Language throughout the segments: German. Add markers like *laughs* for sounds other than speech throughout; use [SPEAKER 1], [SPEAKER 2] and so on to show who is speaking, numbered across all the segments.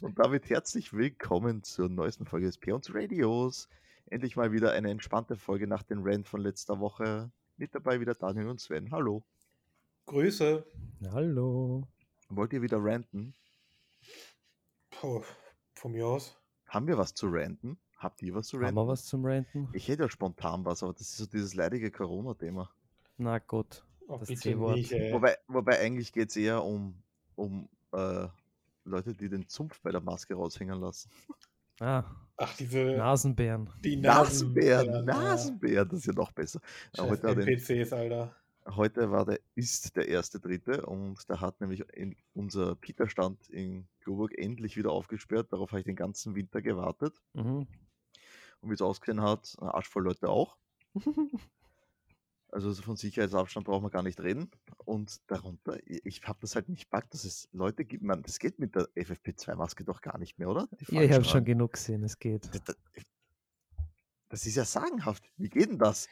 [SPEAKER 1] Und damit herzlich willkommen zur neuesten Folge des Peons Radios. Endlich mal wieder eine entspannte Folge nach dem Rant von letzter Woche. Mit dabei wieder Daniel und Sven. Hallo.
[SPEAKER 2] Grüße.
[SPEAKER 3] Hallo.
[SPEAKER 1] Wollt ihr wieder ranten?
[SPEAKER 2] Puh, von mir aus.
[SPEAKER 1] Haben wir was zu ranten? Habt ihr was zu
[SPEAKER 3] Haben
[SPEAKER 1] ranten?
[SPEAKER 3] wir was zum Ranten?
[SPEAKER 1] Ich hätte ja spontan was, aber das ist so dieses leidige Corona-Thema.
[SPEAKER 3] Na gut.
[SPEAKER 2] Oh,
[SPEAKER 3] Das
[SPEAKER 2] bitte
[SPEAKER 3] C-Wort.
[SPEAKER 2] nicht, ey.
[SPEAKER 1] Wobei, wobei eigentlich geht es eher um, um äh, Leute, die den Zumpf bei der Maske raushängen lassen.
[SPEAKER 3] Ah,
[SPEAKER 2] Ach, diese
[SPEAKER 3] Nasenbären.
[SPEAKER 2] die äh,
[SPEAKER 1] Nasenbären,
[SPEAKER 2] Nasenbären.
[SPEAKER 1] Nasenbären, das ist ja noch besser.
[SPEAKER 2] Scheiß
[SPEAKER 1] Heute hat den-
[SPEAKER 2] NPCs, Alter.
[SPEAKER 1] Heute war der ist der erste Dritte und da hat nämlich in, unser Peter-Stand in Coburg endlich wieder aufgesperrt. Darauf habe ich den ganzen Winter gewartet.
[SPEAKER 3] Mhm.
[SPEAKER 1] Und wie es ausgesehen hat, äh, Arsch voll Leute
[SPEAKER 3] *laughs*
[SPEAKER 1] auch. Also so von Sicherheitsabstand braucht man gar nicht reden. Und darunter, i- ich habe das halt nicht packt, dass es Leute gibt. Man, das geht mit der FFP2-Maske doch gar nicht mehr, oder? Die
[SPEAKER 3] Ja, ich habe
[SPEAKER 1] Falschstrahlen.
[SPEAKER 3] schon genug gesehen, es geht.
[SPEAKER 1] Das- das- Das ist ja sagenhaft. Wie geht denn das?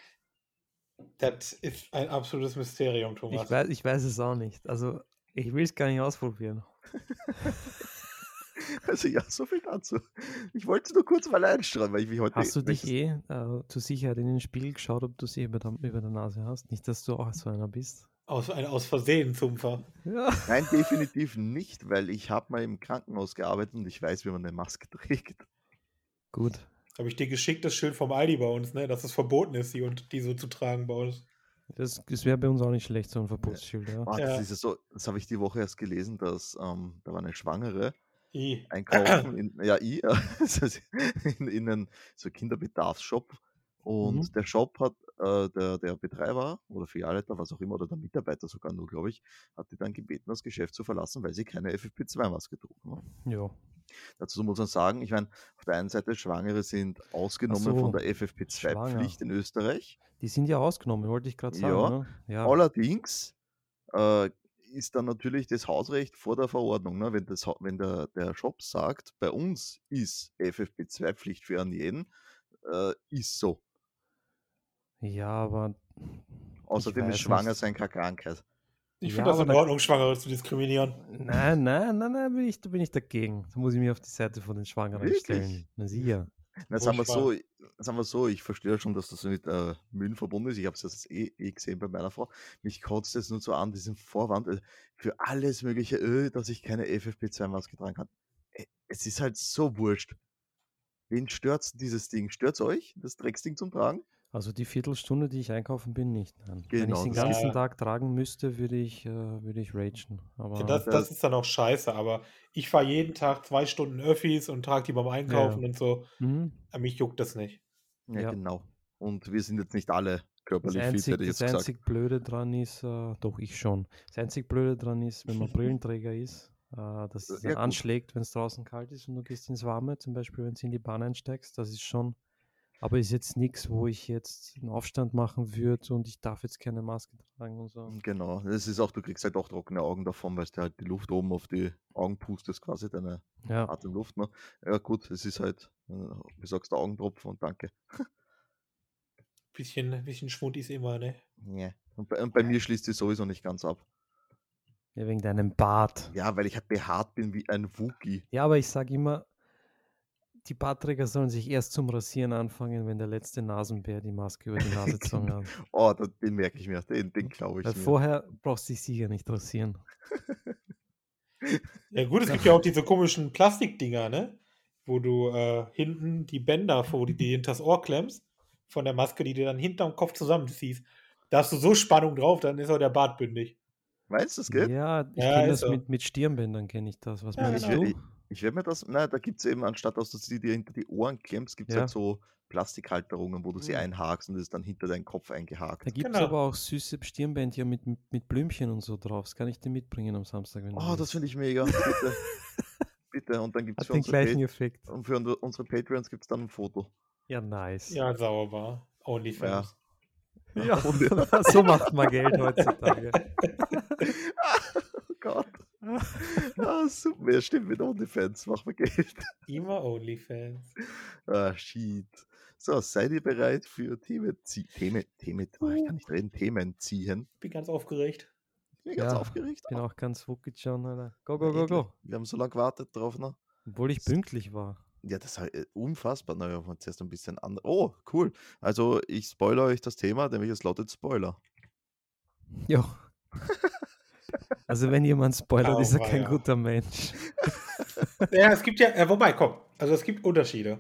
[SPEAKER 1] *laughs*
[SPEAKER 2] Das ist ein absolutes Mysterium, Thomas.
[SPEAKER 3] Ich weiß, ich weiß es auch nicht. Also, ich will es gar nicht ausprobieren.
[SPEAKER 1] Also ja, so viel dazu. Ich wollte nur kurz mal einstreuen, weil ich mich heute.
[SPEAKER 3] Hast du
[SPEAKER 1] weil ich
[SPEAKER 3] dich eh äh, zur Sicherheit in den Spiegel geschaut, ob du sie über der, über der Nase hast? Nicht, dass du auch so einer bist.
[SPEAKER 2] Aus, ein aus Versehen Zumpfer.
[SPEAKER 3] Ja.
[SPEAKER 1] das- Nein, definitiv nicht, weil ich habe mal im Krankenhaus gearbeitet und ich weiß, wie man eine Maske *laughs* trägt.
[SPEAKER 3] Gut.
[SPEAKER 2] Habe ich dir geschickt, das Schild vom Aldi bei uns, ne? Dass es verboten ist, die, und die so zu tragen bei uns.
[SPEAKER 3] Das, das wäre bei uns auch nicht schlecht, so ein Verbotsschild. Ja.
[SPEAKER 1] Ah,
[SPEAKER 2] Ja.
[SPEAKER 1] Das ist ja so, das habe ich die Woche erst gelesen, dass ähm, da war eine Schwangere
[SPEAKER 2] I.
[SPEAKER 3] *clears throat*
[SPEAKER 1] einkaufen in, ja, *laughs* ich, also in, in einen so Kinderbedarfsshop und
[SPEAKER 3] Mhm.
[SPEAKER 1] der Shop hat, äh, der, der Betreiber oder Filialleiter, was auch immer, oder der Mitarbeiter sogar nur, glaube ich, hat die dann gebeten, das Geschäft zu verlassen, weil sie keine FFP2-Maske trugen. Ne?
[SPEAKER 3] ja.
[SPEAKER 1] Dazu muss man sagen, ich meine, auf der einen Seite Schwangere sind ausgenommen von
[SPEAKER 3] so,
[SPEAKER 1] der FFP2-Pflicht in Österreich.
[SPEAKER 3] Die sind ja ausgenommen, wollte ich gerade sagen.
[SPEAKER 1] Ja.
[SPEAKER 3] Ne? ja.
[SPEAKER 1] Allerdings äh, ist dann natürlich das Hausrecht vor der Verordnung. Ne? Wenn, das, Hau- wenn der, der Shop sagt, bei uns ist FFP2-Pflicht für an jeden, äh, ist so.
[SPEAKER 3] ja, aber. ich
[SPEAKER 1] Außerdem ist
[SPEAKER 3] weiß
[SPEAKER 1] schwanger
[SPEAKER 3] nicht.
[SPEAKER 1] sein keine Krankheit.
[SPEAKER 2] Ich
[SPEAKER 3] Ja,
[SPEAKER 2] finde das
[SPEAKER 3] aber
[SPEAKER 2] in
[SPEAKER 3] da-
[SPEAKER 2] Ordnung, Schwangere zu diskriminieren.
[SPEAKER 3] Nein, nein, nein, nein, bin ich, da bin ich dagegen. Da muss ich mich auf die Seite von den Schwangeren
[SPEAKER 1] Wirklich?
[SPEAKER 3] stellen. Na sicher.
[SPEAKER 1] Na, sagen, wir so,
[SPEAKER 2] Furchtbar.
[SPEAKER 1] sagen wir so, ich verstehe schon, dass das mit äh, Mühen verbunden ist. Ich habe es jetzt eh, eh gesehen bei meiner Frau. Mich kotzt es nur so an, diesen Vorwand äh, für alles Mögliche, äh, dass ich keine FFP2-Maske tragen kann. Äh, Es ist halt so wurscht. Wen stört dieses Ding? Stört euch, das Drecksding zum Tragen?
[SPEAKER 3] Also die Viertelstunde, die ich einkaufen bin, nicht. Nein. Wenn ich
[SPEAKER 1] Genau,
[SPEAKER 3] den
[SPEAKER 1] das
[SPEAKER 3] ganzen
[SPEAKER 2] ist-
[SPEAKER 3] Tag tragen müsste, würde ich, äh, würde ich ragen. Aber
[SPEAKER 2] Ja, das,
[SPEAKER 1] der-
[SPEAKER 2] das ist dann auch scheiße, aber ich fahre jeden Tag zwei Stunden Öffis und trage die beim Einkaufen und so.
[SPEAKER 3] Mhm.
[SPEAKER 2] Aber mich juckt das nicht.
[SPEAKER 1] Ja,
[SPEAKER 3] Ja.
[SPEAKER 1] genau. Und wir sind jetzt nicht alle
[SPEAKER 3] das
[SPEAKER 1] körperlich fit,
[SPEAKER 3] einzig,
[SPEAKER 1] hätte ich
[SPEAKER 3] das
[SPEAKER 1] jetzt gesagt.
[SPEAKER 3] einzig Blöde dran ist, äh, doch ich schon. Das einzig Blöde dran ist, wenn man Brillenträger ist, äh, dass es
[SPEAKER 1] Ja,
[SPEAKER 3] dann
[SPEAKER 1] gut.
[SPEAKER 3] anschlägt, wenn es draußen kalt ist und du gehst ins Warme, zum Beispiel, wenn du in die Bahn einsteigst, das ist schon. Aber ist jetzt nichts, wo ich jetzt einen Aufstand machen würde und ich darf jetzt keine Maske tragen und so.
[SPEAKER 1] Genau. Das ist auch, du kriegst halt auch trockene Augen davon, weil du halt die Luft oben auf die Augen pustest, quasi deine
[SPEAKER 3] Ja.
[SPEAKER 1] Atemluft. Ne? Ja, gut, es ist halt, äh, wie sagst du, Augentropfen und danke.
[SPEAKER 2] Bisschen, bisschen Schwund ist immer, ne?
[SPEAKER 1] Ja. Und bei, und bei mir schließt sie sowieso nicht ganz ab.
[SPEAKER 3] Ja, wegen deinem Bart.
[SPEAKER 1] Ja, weil ich halt behaart bin wie ein Wookie.
[SPEAKER 3] Ja, aber ich sage immer, die Bartträger sollen sich erst zum Rasieren anfangen, wenn der letzte Nasenbär die Maske über die
[SPEAKER 1] *laughs*
[SPEAKER 3] Nase gezogen hat.
[SPEAKER 1] Oh, da- den merke ich mir. Den, den glaube ich
[SPEAKER 3] Weil
[SPEAKER 1] mir.
[SPEAKER 3] vorher brauchst du dich sicher nicht rasieren.
[SPEAKER 2] Ja gut, es gibt ja auch diese komischen Plastikdinger, ne? Wo du äh, hinten die Bänder, wo du die hinters Ohr klemmst, von der Maske, die dir dann hinterm Kopf zusammenziehst. Da hast du so Spannung drauf, dann ist auch der Bart bündig.
[SPEAKER 1] Meinst du, das geht?
[SPEAKER 3] Ja, ich
[SPEAKER 2] Ja,
[SPEAKER 3] kenne
[SPEAKER 2] ist
[SPEAKER 3] das
[SPEAKER 2] so.
[SPEAKER 3] mit, mit Stirnbändern, kenne ich das. Was
[SPEAKER 2] Ja,
[SPEAKER 3] meinst
[SPEAKER 2] genau.
[SPEAKER 3] du?
[SPEAKER 1] Ich werde mir das, na, da gibt es eben, anstatt dass du sie dir hinter die Ohren klemmst, gibt es
[SPEAKER 3] Ja.
[SPEAKER 1] halt so Plastikhalterungen, wo du sie
[SPEAKER 2] Mhm.
[SPEAKER 1] einhakst und das ist dann hinter deinen Kopf eingehakt.
[SPEAKER 3] Da gibt es
[SPEAKER 2] Genau.
[SPEAKER 3] aber auch süße Stirnbänder mit, mit Blümchen und so drauf. Das kann ich dir mitbringen am Samstag. Wenn
[SPEAKER 1] Oh, das finde ich mega. Bitte.
[SPEAKER 3] *laughs*
[SPEAKER 1] Bitte. Und dann gibt es
[SPEAKER 3] Hat
[SPEAKER 1] für,
[SPEAKER 3] den
[SPEAKER 1] unsere
[SPEAKER 3] gleichen
[SPEAKER 1] Pa-
[SPEAKER 3] Effekt.
[SPEAKER 1] und für unsere- unsere Patreons gibt's dann ein Foto.
[SPEAKER 3] Ja, nice. *laughs*
[SPEAKER 2] Ja, sauber. Onlyfans.
[SPEAKER 3] Ja, *laughs* so macht man Geld heutzutage.
[SPEAKER 1] Oh Gott. *laughs* ah, super. Ja, stimmt, mit OnlyFans machen wir Geld. *laughs*
[SPEAKER 2] Immer Onlyfans.
[SPEAKER 1] Ah, shit. So, seid ihr bereit ah, für Themen ziehen? Themen, Themen, oh, ich kann nicht reden, Themen ziehen.
[SPEAKER 2] Bin ganz aufgeregt.
[SPEAKER 1] bin ganz
[SPEAKER 3] Ja,
[SPEAKER 1] aufgeregt.
[SPEAKER 3] bin auch ganz wuckig schon, Alter. Go,
[SPEAKER 1] Na,
[SPEAKER 3] go, go,
[SPEAKER 1] endlich.
[SPEAKER 3] go.
[SPEAKER 1] Wir haben so lange gewartet drauf, ne?
[SPEAKER 3] Obwohl ich pünktlich war.
[SPEAKER 1] Ja, das ist halt, äh, unfassbar. Naja, wir zuerst ein bisschen an. Oh, cool. Also, ich spoilere euch das Thema, nämlich es lautet Spoiler. *laughs*
[SPEAKER 3] Jo. Also wenn jemand spoilert, ist er kein
[SPEAKER 2] Auweia.
[SPEAKER 3] guter Mensch.
[SPEAKER 2] Ja, es gibt ja, äh, wobei, komm, also es gibt Unterschiede.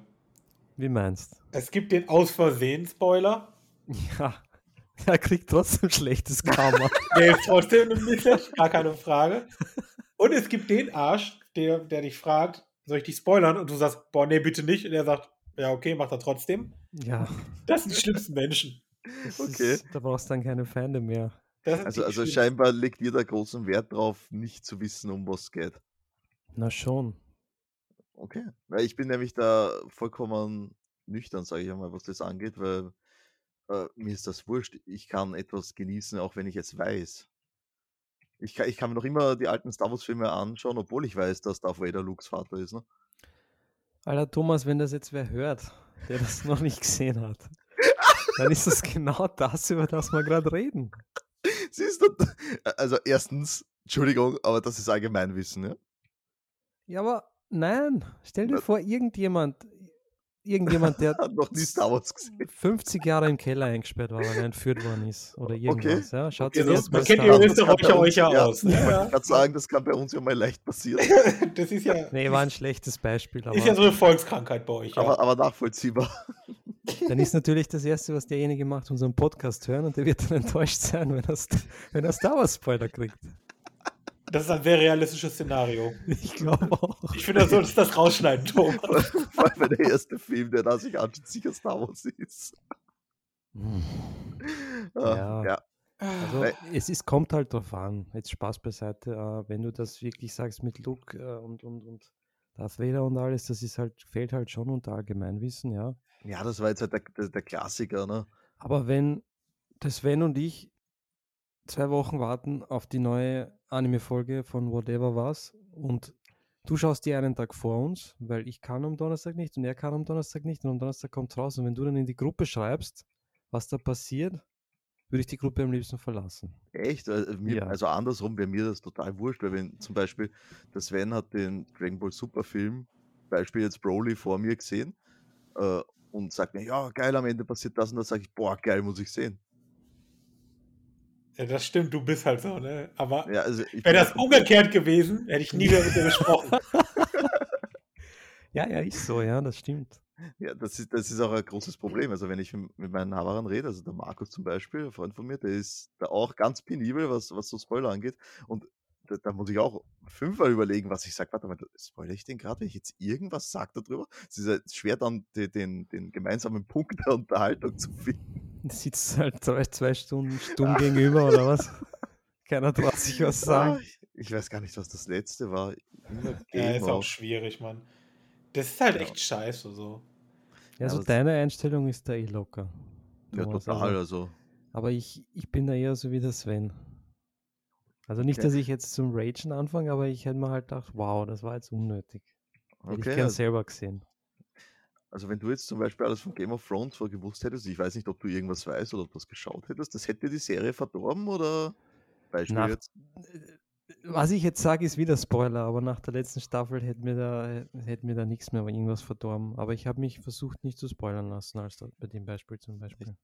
[SPEAKER 3] Wie meinst
[SPEAKER 2] Es gibt den Aus Versehen Spoiler.
[SPEAKER 3] Ja. Er kriegt trotzdem
[SPEAKER 1] *laughs*
[SPEAKER 3] schlechtes Karma.
[SPEAKER 2] Der ist trotzdem ein Missage, gar keine Frage. Und es gibt den Arsch, der, der dich fragt, soll ich dich spoilern? Und du sagst, boah, nee, bitte nicht. Und er sagt, ja, okay, mach das trotzdem.
[SPEAKER 3] ja.
[SPEAKER 2] Das sind die schlimmsten Menschen.
[SPEAKER 3] das
[SPEAKER 1] Okay.
[SPEAKER 3] Ist, da brauchst du dann keine Feinde mehr.
[SPEAKER 2] Das sind
[SPEAKER 1] Also,
[SPEAKER 2] die
[SPEAKER 1] also
[SPEAKER 2] schlimmsten.
[SPEAKER 1] scheinbar legt ihr da großen Wert drauf, nicht zu wissen, um was es geht.
[SPEAKER 3] Na schon.
[SPEAKER 1] Okay. Weil ich bin nämlich da vollkommen nüchtern, sage ich einmal, was das angeht, weil äh, mir ist das wurscht. Ich kann etwas genießen, auch wenn ich es weiß. Ich kann, ich kann mir noch immer die alten Star Wars-Filme anschauen, obwohl ich weiß, dass Darth Vader Lukes Vater ist. Ne? *laughs*
[SPEAKER 3] Alter Thomas, wenn das jetzt wer hört, der das noch nicht gesehen hat, dann ist das genau das, über das wir gerade reden.
[SPEAKER 1] Siehst du? Also erstens, Entschuldigung, aber das ist Allgemeinwissen, ja?
[SPEAKER 3] Ja, aber nein. Stell dir
[SPEAKER 1] Na-
[SPEAKER 3] vor, irgendjemand, irgendjemand, der
[SPEAKER 1] Hat noch nie Star Wars gesehen.
[SPEAKER 3] 50 Jahre im Keller eingesperrt war, weil er entführt worden ist oder irgendwas. Ja, schaut
[SPEAKER 2] Okay,
[SPEAKER 3] sich
[SPEAKER 2] das- Also,
[SPEAKER 3] das
[SPEAKER 2] man
[SPEAKER 3] mal
[SPEAKER 2] kennt
[SPEAKER 3] an.
[SPEAKER 2] ihr
[SPEAKER 1] Das
[SPEAKER 2] Österreicher
[SPEAKER 1] kann bei uns-
[SPEAKER 2] euch ja aus, ne?
[SPEAKER 1] Ich
[SPEAKER 2] Ja.
[SPEAKER 1] wollte gerade sagen, das kann bei uns *laughs* ja mal leicht passieren,
[SPEAKER 2] Das ist ja,
[SPEAKER 3] Nee, war ein schlechtes Beispiel. Aber
[SPEAKER 2] ist ja so eine Volkskrankheit bei euch.
[SPEAKER 1] aber, aber nachvollziehbar. *laughs*
[SPEAKER 3] dann ist natürlich das Erste, was derjenige macht, unseren Podcast hören und der wird dann enttäuscht sein, wenn er, St- wenn er Star Wars Spoiler kriegt.
[SPEAKER 2] ja. Das ist ein sehr realistisches Szenario.
[SPEAKER 3] Ich glaube auch.
[SPEAKER 2] Ich finde, du solltest das rausschneiden, Tom.
[SPEAKER 1] *laughs* Vor allem der erste Film, der da sich anschaut, sicher Star Wars ist.
[SPEAKER 3] Ja.
[SPEAKER 1] Ah, ja.
[SPEAKER 3] Also
[SPEAKER 1] Weil-
[SPEAKER 3] es ist, kommt halt drauf an, jetzt Spaß beiseite, äh, wenn du das wirklich sagst mit Luke äh, und, und, und Darth Vader und alles, das ist halt, fällt halt schon unter Allgemeinwissen, ja.
[SPEAKER 1] ja, das war jetzt halt der, der, der Klassiker, ne?
[SPEAKER 3] Aber wenn der Sven und ich zwei Wochen warten auf die neue Anime-Folge von Whatever Was und du schaust die einen Tag vor uns, weil ich kann am Donnerstag nicht und er kann am Donnerstag nicht und am Donnerstag kommt raus und wenn du dann in die Gruppe schreibst, was da passiert, würde ich die Gruppe am liebsten verlassen.
[SPEAKER 1] Echt? Also, mir,
[SPEAKER 3] Ja.
[SPEAKER 1] also andersrum wäre mir das total wurscht, weil wenn zum Beispiel der Sven hat den Dragon Ball Super Film, Beispiel jetzt Broly vor mir gesehen äh, und sagt mir, ja geil, am Ende passiert das und das, sage ich, boah geil, muss ich sehen.
[SPEAKER 2] Ja, das stimmt, du bist halt so, ne? Aber
[SPEAKER 1] Ja, also ich bin
[SPEAKER 2] wäre das
[SPEAKER 1] halt-
[SPEAKER 2] umgekehrt gewesen, hätte ich nie mehr mit dir gesprochen.
[SPEAKER 3] Ja, ja, ist so, ja, das stimmt.
[SPEAKER 1] Ja, das ist, das ist auch ein großes Problem. Also, wenn ich m- mit meinen Havarern rede, also der Markus zum Beispiel, ein Freund von mir, der ist da auch ganz penibel, was, was so Spoiler angeht. Und da, da muss ich auch fünfmal überlegen, was ich sage. Warte mal, spoilere ich den gerade, wenn ich jetzt irgendwas sage darüber? Es ist halt schwer, dann den, den, den gemeinsamen Punkt der Unterhaltung zu finden.
[SPEAKER 3] Sitzt halt zwei, zwei Stunden stumm gegenüber
[SPEAKER 1] *laughs*
[SPEAKER 3] oder was? Keiner traut sich was
[SPEAKER 1] Ah,
[SPEAKER 3] sagen.
[SPEAKER 1] ich- ich weiß gar nicht, was das letzte war. Immer
[SPEAKER 2] Ja, ist
[SPEAKER 1] Game
[SPEAKER 2] auch
[SPEAKER 1] of-
[SPEAKER 2] schwierig, Mann. Das ist halt
[SPEAKER 1] Ja.
[SPEAKER 2] echt scheiße, so.
[SPEAKER 3] Ja, so
[SPEAKER 1] aber-
[SPEAKER 3] deine Einstellung ist da eh locker.
[SPEAKER 1] ja,
[SPEAKER 3] Thomas,
[SPEAKER 1] total.
[SPEAKER 3] also-
[SPEAKER 1] Also,
[SPEAKER 3] Aber ich, ich bin da eher so wie der Sven. Also nicht,
[SPEAKER 1] Okay.
[SPEAKER 3] dass ich jetzt zum Ragen anfange, aber ich hätte mir halt gedacht, wow, das war jetzt unnötig. Hätte ich
[SPEAKER 1] okay.
[SPEAKER 3] gern
[SPEAKER 1] Also,
[SPEAKER 3] selber gesehen.
[SPEAKER 1] Also wenn du jetzt zum Beispiel alles von Game of Thrones vorher gewusst hättest, ich weiß nicht, ob du irgendwas weißt oder ob du das geschaut hättest, das hätte die Serie verdorben oder Beispiel
[SPEAKER 3] Nach,
[SPEAKER 1] jetzt.
[SPEAKER 3] was ich jetzt sage, ist wieder Spoiler, aber nach der letzten Staffel hätte mir da, hätte mir da nichts mehr irgendwas verdorben. Aber ich habe mich versucht, nicht zu spoilern lassen, als da, bei dem Beispiel zum Beispiel.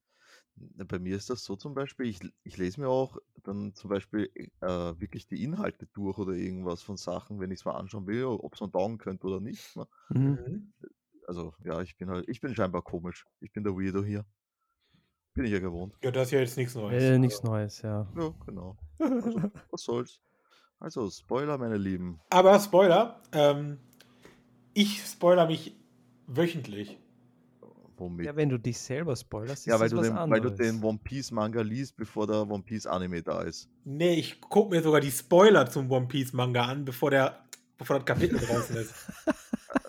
[SPEAKER 1] Na, äh, Bei mir ist das so zum Beispiel, ich, ich lese mir auch dann zum Beispiel äh, wirklich die Inhalte durch oder irgendwas von Sachen, wenn ich es mal anschauen will, ob es man dauern könnte oder nicht. Ne?
[SPEAKER 3] Mhm.
[SPEAKER 1] Also ja, ich bin halt, ich bin scheinbar komisch. Ich bin der Weirdo hier. Bin ich ja gewohnt.
[SPEAKER 2] Ja, das ist ja jetzt nichts Neues.
[SPEAKER 3] Äh, nichts Neues, ja.
[SPEAKER 1] Ja, genau. Also, was soll's. Also, Spoiler, meine Lieben.
[SPEAKER 2] Aber Spoiler, ähm, ich spoiler mich wöchentlich.
[SPEAKER 1] Womit?
[SPEAKER 3] Ja, wenn du dich selber spoilerst, ist
[SPEAKER 1] Ja, weil
[SPEAKER 3] das
[SPEAKER 1] du,
[SPEAKER 3] was
[SPEAKER 1] den, weil
[SPEAKER 3] anderes.
[SPEAKER 1] du den One Piece Manga liest, bevor der One Piece Anime da ist.
[SPEAKER 2] Nee, ich gucke mir sogar die Spoiler zum One Piece Manga an, bevor der bevor das Kapitel draußen ist.
[SPEAKER 3] *laughs*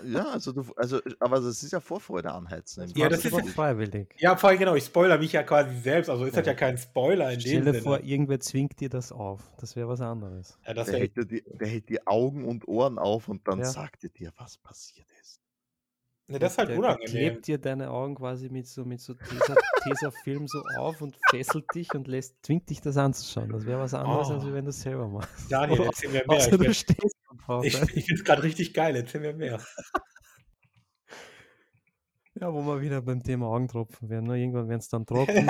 [SPEAKER 1] Ja, also du, also, aber das ist ja Vorfreude anheizen. im
[SPEAKER 2] Ja,
[SPEAKER 3] ja,
[SPEAKER 2] das
[SPEAKER 3] das
[SPEAKER 1] Prinzip.
[SPEAKER 3] ist
[SPEAKER 2] ist
[SPEAKER 3] doch freiwillig.
[SPEAKER 2] Ja, vor allem genau, ich spoiler mich ja quasi selbst, also ist das
[SPEAKER 3] Ja.
[SPEAKER 2] ja kein Spoiler in
[SPEAKER 3] Stell
[SPEAKER 2] dem
[SPEAKER 3] dir
[SPEAKER 2] Sinne.
[SPEAKER 3] vor, irgendwer zwingt dir das auf. Das wäre was anderes.
[SPEAKER 2] ja, das
[SPEAKER 1] der,
[SPEAKER 2] wär,
[SPEAKER 1] hält dir die, der hält die Augen und Ohren auf und dann
[SPEAKER 3] Ja.
[SPEAKER 1] sagt er dir, was passiert ist.
[SPEAKER 2] Ne, das ist halt
[SPEAKER 3] der
[SPEAKER 2] unangenehm.
[SPEAKER 3] klebt dir deine Augen quasi mit so, mit so
[SPEAKER 2] *laughs*
[SPEAKER 3] Tesa, Tesafilm so auf und fesselt dich und lässt, zwingt dich das anzuschauen. Das wäre was anderes, als
[SPEAKER 2] Oh.
[SPEAKER 3] wenn du es selber machst.
[SPEAKER 2] Daniel,
[SPEAKER 3] *laughs*
[SPEAKER 2] erzähl mir mehr.
[SPEAKER 3] Außer
[SPEAKER 2] Ich,
[SPEAKER 3] du
[SPEAKER 2] werd-
[SPEAKER 3] stehst drauf.
[SPEAKER 2] *laughs* ich,
[SPEAKER 3] ja.
[SPEAKER 2] ich finde es gerade richtig geil. Erzähl mir mehr.
[SPEAKER 3] Ja, wo wir wieder beim Thema Augentropfen werden. Ne? Irgendwann werden
[SPEAKER 2] *laughs*
[SPEAKER 3] es dann trocken.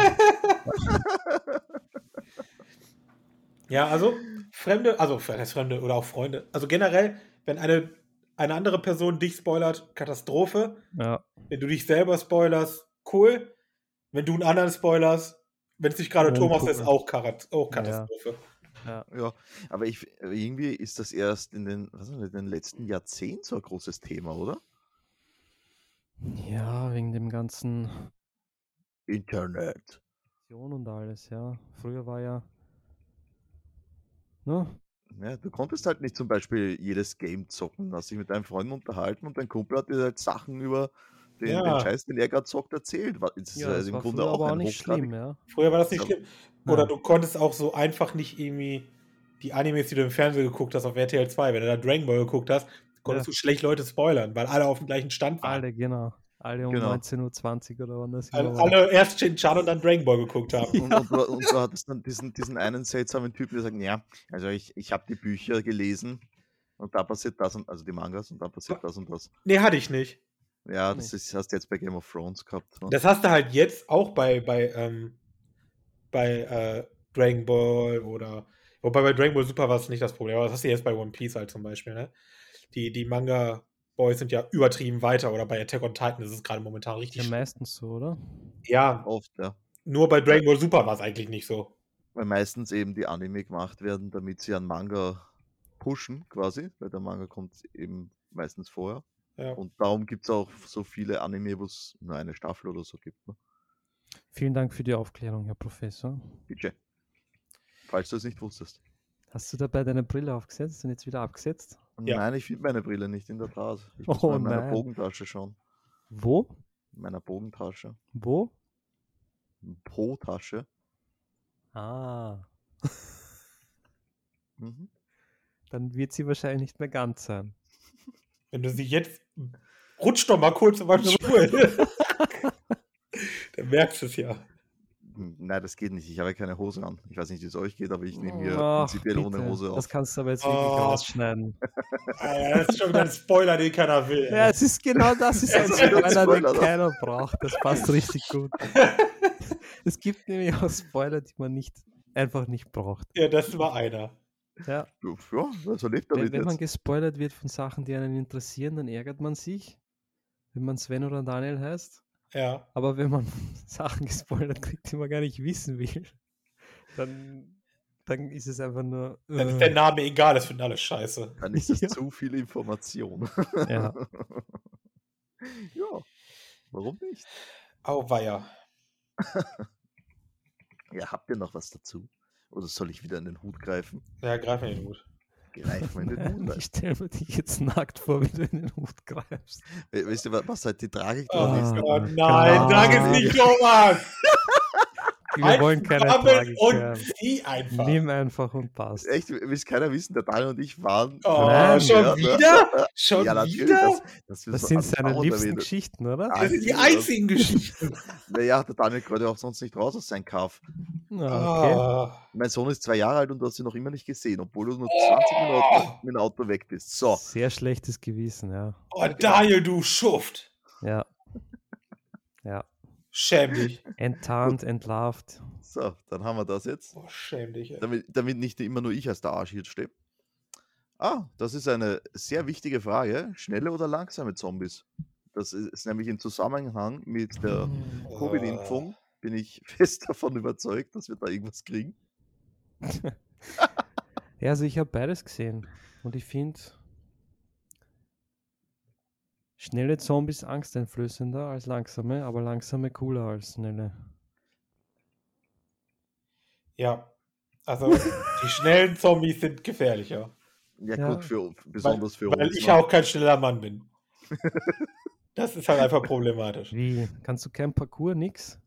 [SPEAKER 2] Ja, also Fremde, also für das Fremde oder auch Freunde. Also generell, wenn eine, eine andere Person dich spoilert, Katastrophe.
[SPEAKER 3] ja,
[SPEAKER 2] Wenn du dich selber spoilerst, cool. Wenn du einen anderen spoilerst, wenn es nicht gerade
[SPEAKER 3] Ja,
[SPEAKER 2] Thomas
[SPEAKER 3] guck
[SPEAKER 2] ist,
[SPEAKER 3] mal.
[SPEAKER 2] auch, Karat, auch
[SPEAKER 3] Oh, Ja.
[SPEAKER 2] Katastrophe.
[SPEAKER 3] ja.
[SPEAKER 1] Ja, aber ich, irgendwie ist das erst in den, was weiß ich, in den letzten Jahrzehnten so ein großes Thema, oder?
[SPEAKER 3] ja, wegen dem ganzen
[SPEAKER 1] Internet.
[SPEAKER 3] Aktion und alles, ja. Früher war ja. Ne?
[SPEAKER 1] Ja, du konntest halt nicht zum Beispiel jedes Game zocken, hast dich mit deinen Freunden unterhalten und dein Kumpel hat dir halt Sachen über den,
[SPEAKER 2] Ja.
[SPEAKER 1] den Scheiß, den er gerade zockt, erzählt. Wa- Das ist ja, also im Grunde
[SPEAKER 3] früher
[SPEAKER 1] auch
[SPEAKER 3] aber
[SPEAKER 1] ein
[SPEAKER 3] auch nicht
[SPEAKER 1] hochgradig-
[SPEAKER 3] schlimm, ja.
[SPEAKER 2] Früher war das nicht
[SPEAKER 1] So.
[SPEAKER 2] schlimm. Oder
[SPEAKER 3] Ja.
[SPEAKER 2] du konntest auch so einfach nicht irgendwie die Animes, die du im Fernsehen geguckt hast, auf RTL 2, wenn du da Dragon Ball geguckt hast, konntest
[SPEAKER 3] Ja.
[SPEAKER 2] du schlecht Leute spoilern, weil alle auf dem gleichen Stand waren.
[SPEAKER 3] Alle, genau. Alle um
[SPEAKER 1] Genau.
[SPEAKER 3] 19.20 Uhr oder wann das
[SPEAKER 2] Alle,
[SPEAKER 3] immer war.
[SPEAKER 2] alle erst Shin-Chan und dann Dragon Ball geguckt haben.
[SPEAKER 3] *laughs*
[SPEAKER 1] Und, und, du, und du hattest dann diesen, diesen einen seltsamen Typen, der sagt, ja, also ich, ich habe die Bücher gelesen und da passiert das und also die Mangas und da passiert das und das.
[SPEAKER 2] Nee, hatte ich nicht.
[SPEAKER 1] Ja, das ist, hast du jetzt bei Game of Thrones gehabt. ne?
[SPEAKER 2] Das hast du halt jetzt auch bei, bei, ähm, bei äh, Dragon Ball oder. Wobei bei Dragon Ball Super war es nicht das Problem, aber das hast du jetzt bei One Piece halt zum Beispiel, ne? Die, die Manga-Boys sind ja übertrieben weiter oder bei Attack on Titan ist es gerade momentan richtig.
[SPEAKER 3] Ja,
[SPEAKER 2] schlimm.
[SPEAKER 3] meistens so, oder?
[SPEAKER 2] ja,
[SPEAKER 1] Oft, ja.
[SPEAKER 2] nur bei Dragon Ball Super war es eigentlich nicht so.
[SPEAKER 1] Weil meistens eben die Anime gemacht werden, damit sie einen Manga pushen, quasi, weil der Manga kommt eben meistens vorher.
[SPEAKER 2] Ja.
[SPEAKER 1] Und darum gibt es auch so viele Anime, wo es nur eine Staffel oder so gibt. Ne?
[SPEAKER 3] Vielen Dank für die Aufklärung, Herr Professor.
[SPEAKER 1] Bitte. Falls du es nicht wusstest.
[SPEAKER 3] Hast du dabei deine Brille aufgesetzt und jetzt wieder abgesetzt?
[SPEAKER 2] Ja.
[SPEAKER 1] Nein, ich finde meine Brille nicht in der Tat. Ich muss
[SPEAKER 3] Oh
[SPEAKER 1] mal in meiner
[SPEAKER 3] nein.
[SPEAKER 1] Bogentasche schauen.
[SPEAKER 3] Wo?
[SPEAKER 1] In meiner Bogentasche.
[SPEAKER 3] Wo?
[SPEAKER 1] Po-Tasche.
[SPEAKER 3] Ah, *laughs*
[SPEAKER 1] Mhm.
[SPEAKER 3] dann wird sie wahrscheinlich nicht mehr ganz sein.
[SPEAKER 2] Wenn du sie jetzt. Rutsch doch mal kurz in meinen Schuhe. *laughs* Dann merkst du es ja.
[SPEAKER 1] Hm, Nein, das geht nicht. Ich habe keine Hose an. Ich weiß nicht, wie es euch geht, aber ich nehme hier
[SPEAKER 3] Ach,
[SPEAKER 1] prinzipiell ohne
[SPEAKER 3] bitte.
[SPEAKER 1] Hose
[SPEAKER 3] Das
[SPEAKER 1] auf. Ah.
[SPEAKER 3] kannst du aber jetzt wirklich
[SPEAKER 2] Oh.
[SPEAKER 3] rausschneiden.
[SPEAKER 2] Alter, Ah, das ist schon wieder ein Spoiler, den keiner will.
[SPEAKER 3] Ja, es ist genau das, ist ein
[SPEAKER 1] Das ist wieder ein
[SPEAKER 3] Spoiler, den
[SPEAKER 1] Spoiler, das.
[SPEAKER 3] keiner braucht. Das passt richtig gut. es gibt nämlich auch Spoiler, die man nicht einfach nicht braucht.
[SPEAKER 2] ja, das war einer.
[SPEAKER 3] Ja,
[SPEAKER 1] Ja, was erlebt
[SPEAKER 3] wenn,
[SPEAKER 1] damit
[SPEAKER 3] wenn man
[SPEAKER 1] jetzt?
[SPEAKER 3] gespoilert wird von Sachen, die einen interessieren, dann ärgert man sich, wenn man Sven oder Daniel heißt.
[SPEAKER 2] Ja.
[SPEAKER 3] Aber wenn man *laughs* Sachen gespoilert kriegt, die man gar nicht wissen will, dann, dann ist es einfach nur.
[SPEAKER 2] Dann ist
[SPEAKER 3] äh,
[SPEAKER 2] der Name egal, das finden alle scheiße.
[SPEAKER 1] Dann ist das
[SPEAKER 3] *laughs* Ja.
[SPEAKER 1] zu viel Information. *laughs*
[SPEAKER 3] ja.
[SPEAKER 1] ja. Warum nicht?
[SPEAKER 2] Auweia.
[SPEAKER 1] Ja, habt ihr noch was dazu? Oder soll ich wieder in den Hut greifen?
[SPEAKER 2] Ja, greif mir den Hut.
[SPEAKER 1] Greif mal in den Hut. rein.
[SPEAKER 3] *laughs* Ich stelle mir dich jetzt nackt vor, wie du in den Hut greifst.
[SPEAKER 1] We- Weißt du, wa- was halt die Tragik
[SPEAKER 2] Oh,
[SPEAKER 1] dran ist?
[SPEAKER 2] Gott, nein,
[SPEAKER 3] Ah.
[SPEAKER 2] sag es nicht, Thomas!
[SPEAKER 3] Wir wollen keine Tragik
[SPEAKER 2] Und
[SPEAKER 3] hören.
[SPEAKER 2] zieh einfach.
[SPEAKER 3] Nimm einfach und passt.
[SPEAKER 1] Echt, will keiner wissen, der Daniel und ich waren.
[SPEAKER 2] Oh,
[SPEAKER 3] Nein,
[SPEAKER 2] schon
[SPEAKER 1] ja, ne?
[SPEAKER 2] wieder? Schon
[SPEAKER 1] ja, natürlich.
[SPEAKER 2] wieder?
[SPEAKER 1] Das,
[SPEAKER 2] Das,
[SPEAKER 1] das, also
[SPEAKER 3] Das sind seine liebsten
[SPEAKER 1] Geschichten.
[SPEAKER 3] Geschichten, oder?
[SPEAKER 1] Ah,
[SPEAKER 2] sind die
[SPEAKER 1] das-
[SPEAKER 2] einzigen Geschichten.
[SPEAKER 1] Naja, der Daniel gerade auch sonst nicht raus aus seinem Kaff.
[SPEAKER 3] Ah,
[SPEAKER 2] Ah.
[SPEAKER 1] Mein Sohn ist zwei Jahre alt und du hast ihn noch immer nicht gesehen, obwohl du nur 20
[SPEAKER 2] *laughs*
[SPEAKER 1] Minuten mit dem Auto weg bist. So,
[SPEAKER 3] okay. Sehr schlechtes Gewissen, ja.
[SPEAKER 2] Oh, Daniel, du Schuft.
[SPEAKER 3] Ja. Ja.
[SPEAKER 2] Schäm dich.
[SPEAKER 3] Enttarnt, entlarvt.
[SPEAKER 1] so, dann haben wir das jetzt.
[SPEAKER 2] Oh, schäm dich. Ey.
[SPEAKER 1] Damit, damit nicht immer nur ich als der Arsch hier stehe. Ah, das ist eine sehr wichtige Frage. Schnelle oder langsame Zombies? Das ist nämlich im Zusammenhang mit der
[SPEAKER 2] Oh.
[SPEAKER 1] Covid-Impfung
[SPEAKER 2] Ah.
[SPEAKER 1] bin ich *laughs* fest davon überzeugt, dass wir da irgendwas kriegen.
[SPEAKER 3] Ja, also ich habe beides gesehen. Und ich finde schnelle Zombies angsteinflößender als langsame, aber langsame cooler als schnelle.
[SPEAKER 2] Ja. Also, die schnellen Zombies sind gefährlicher.
[SPEAKER 1] Ja,
[SPEAKER 3] Ja.
[SPEAKER 1] gut, für, besonders für
[SPEAKER 2] Weil
[SPEAKER 1] uns.
[SPEAKER 2] ich
[SPEAKER 1] ne?
[SPEAKER 2] auch kein schneller Mann bin. Das ist halt einfach problematisch.
[SPEAKER 3] Wie? Kannst du kein Parcours, nix?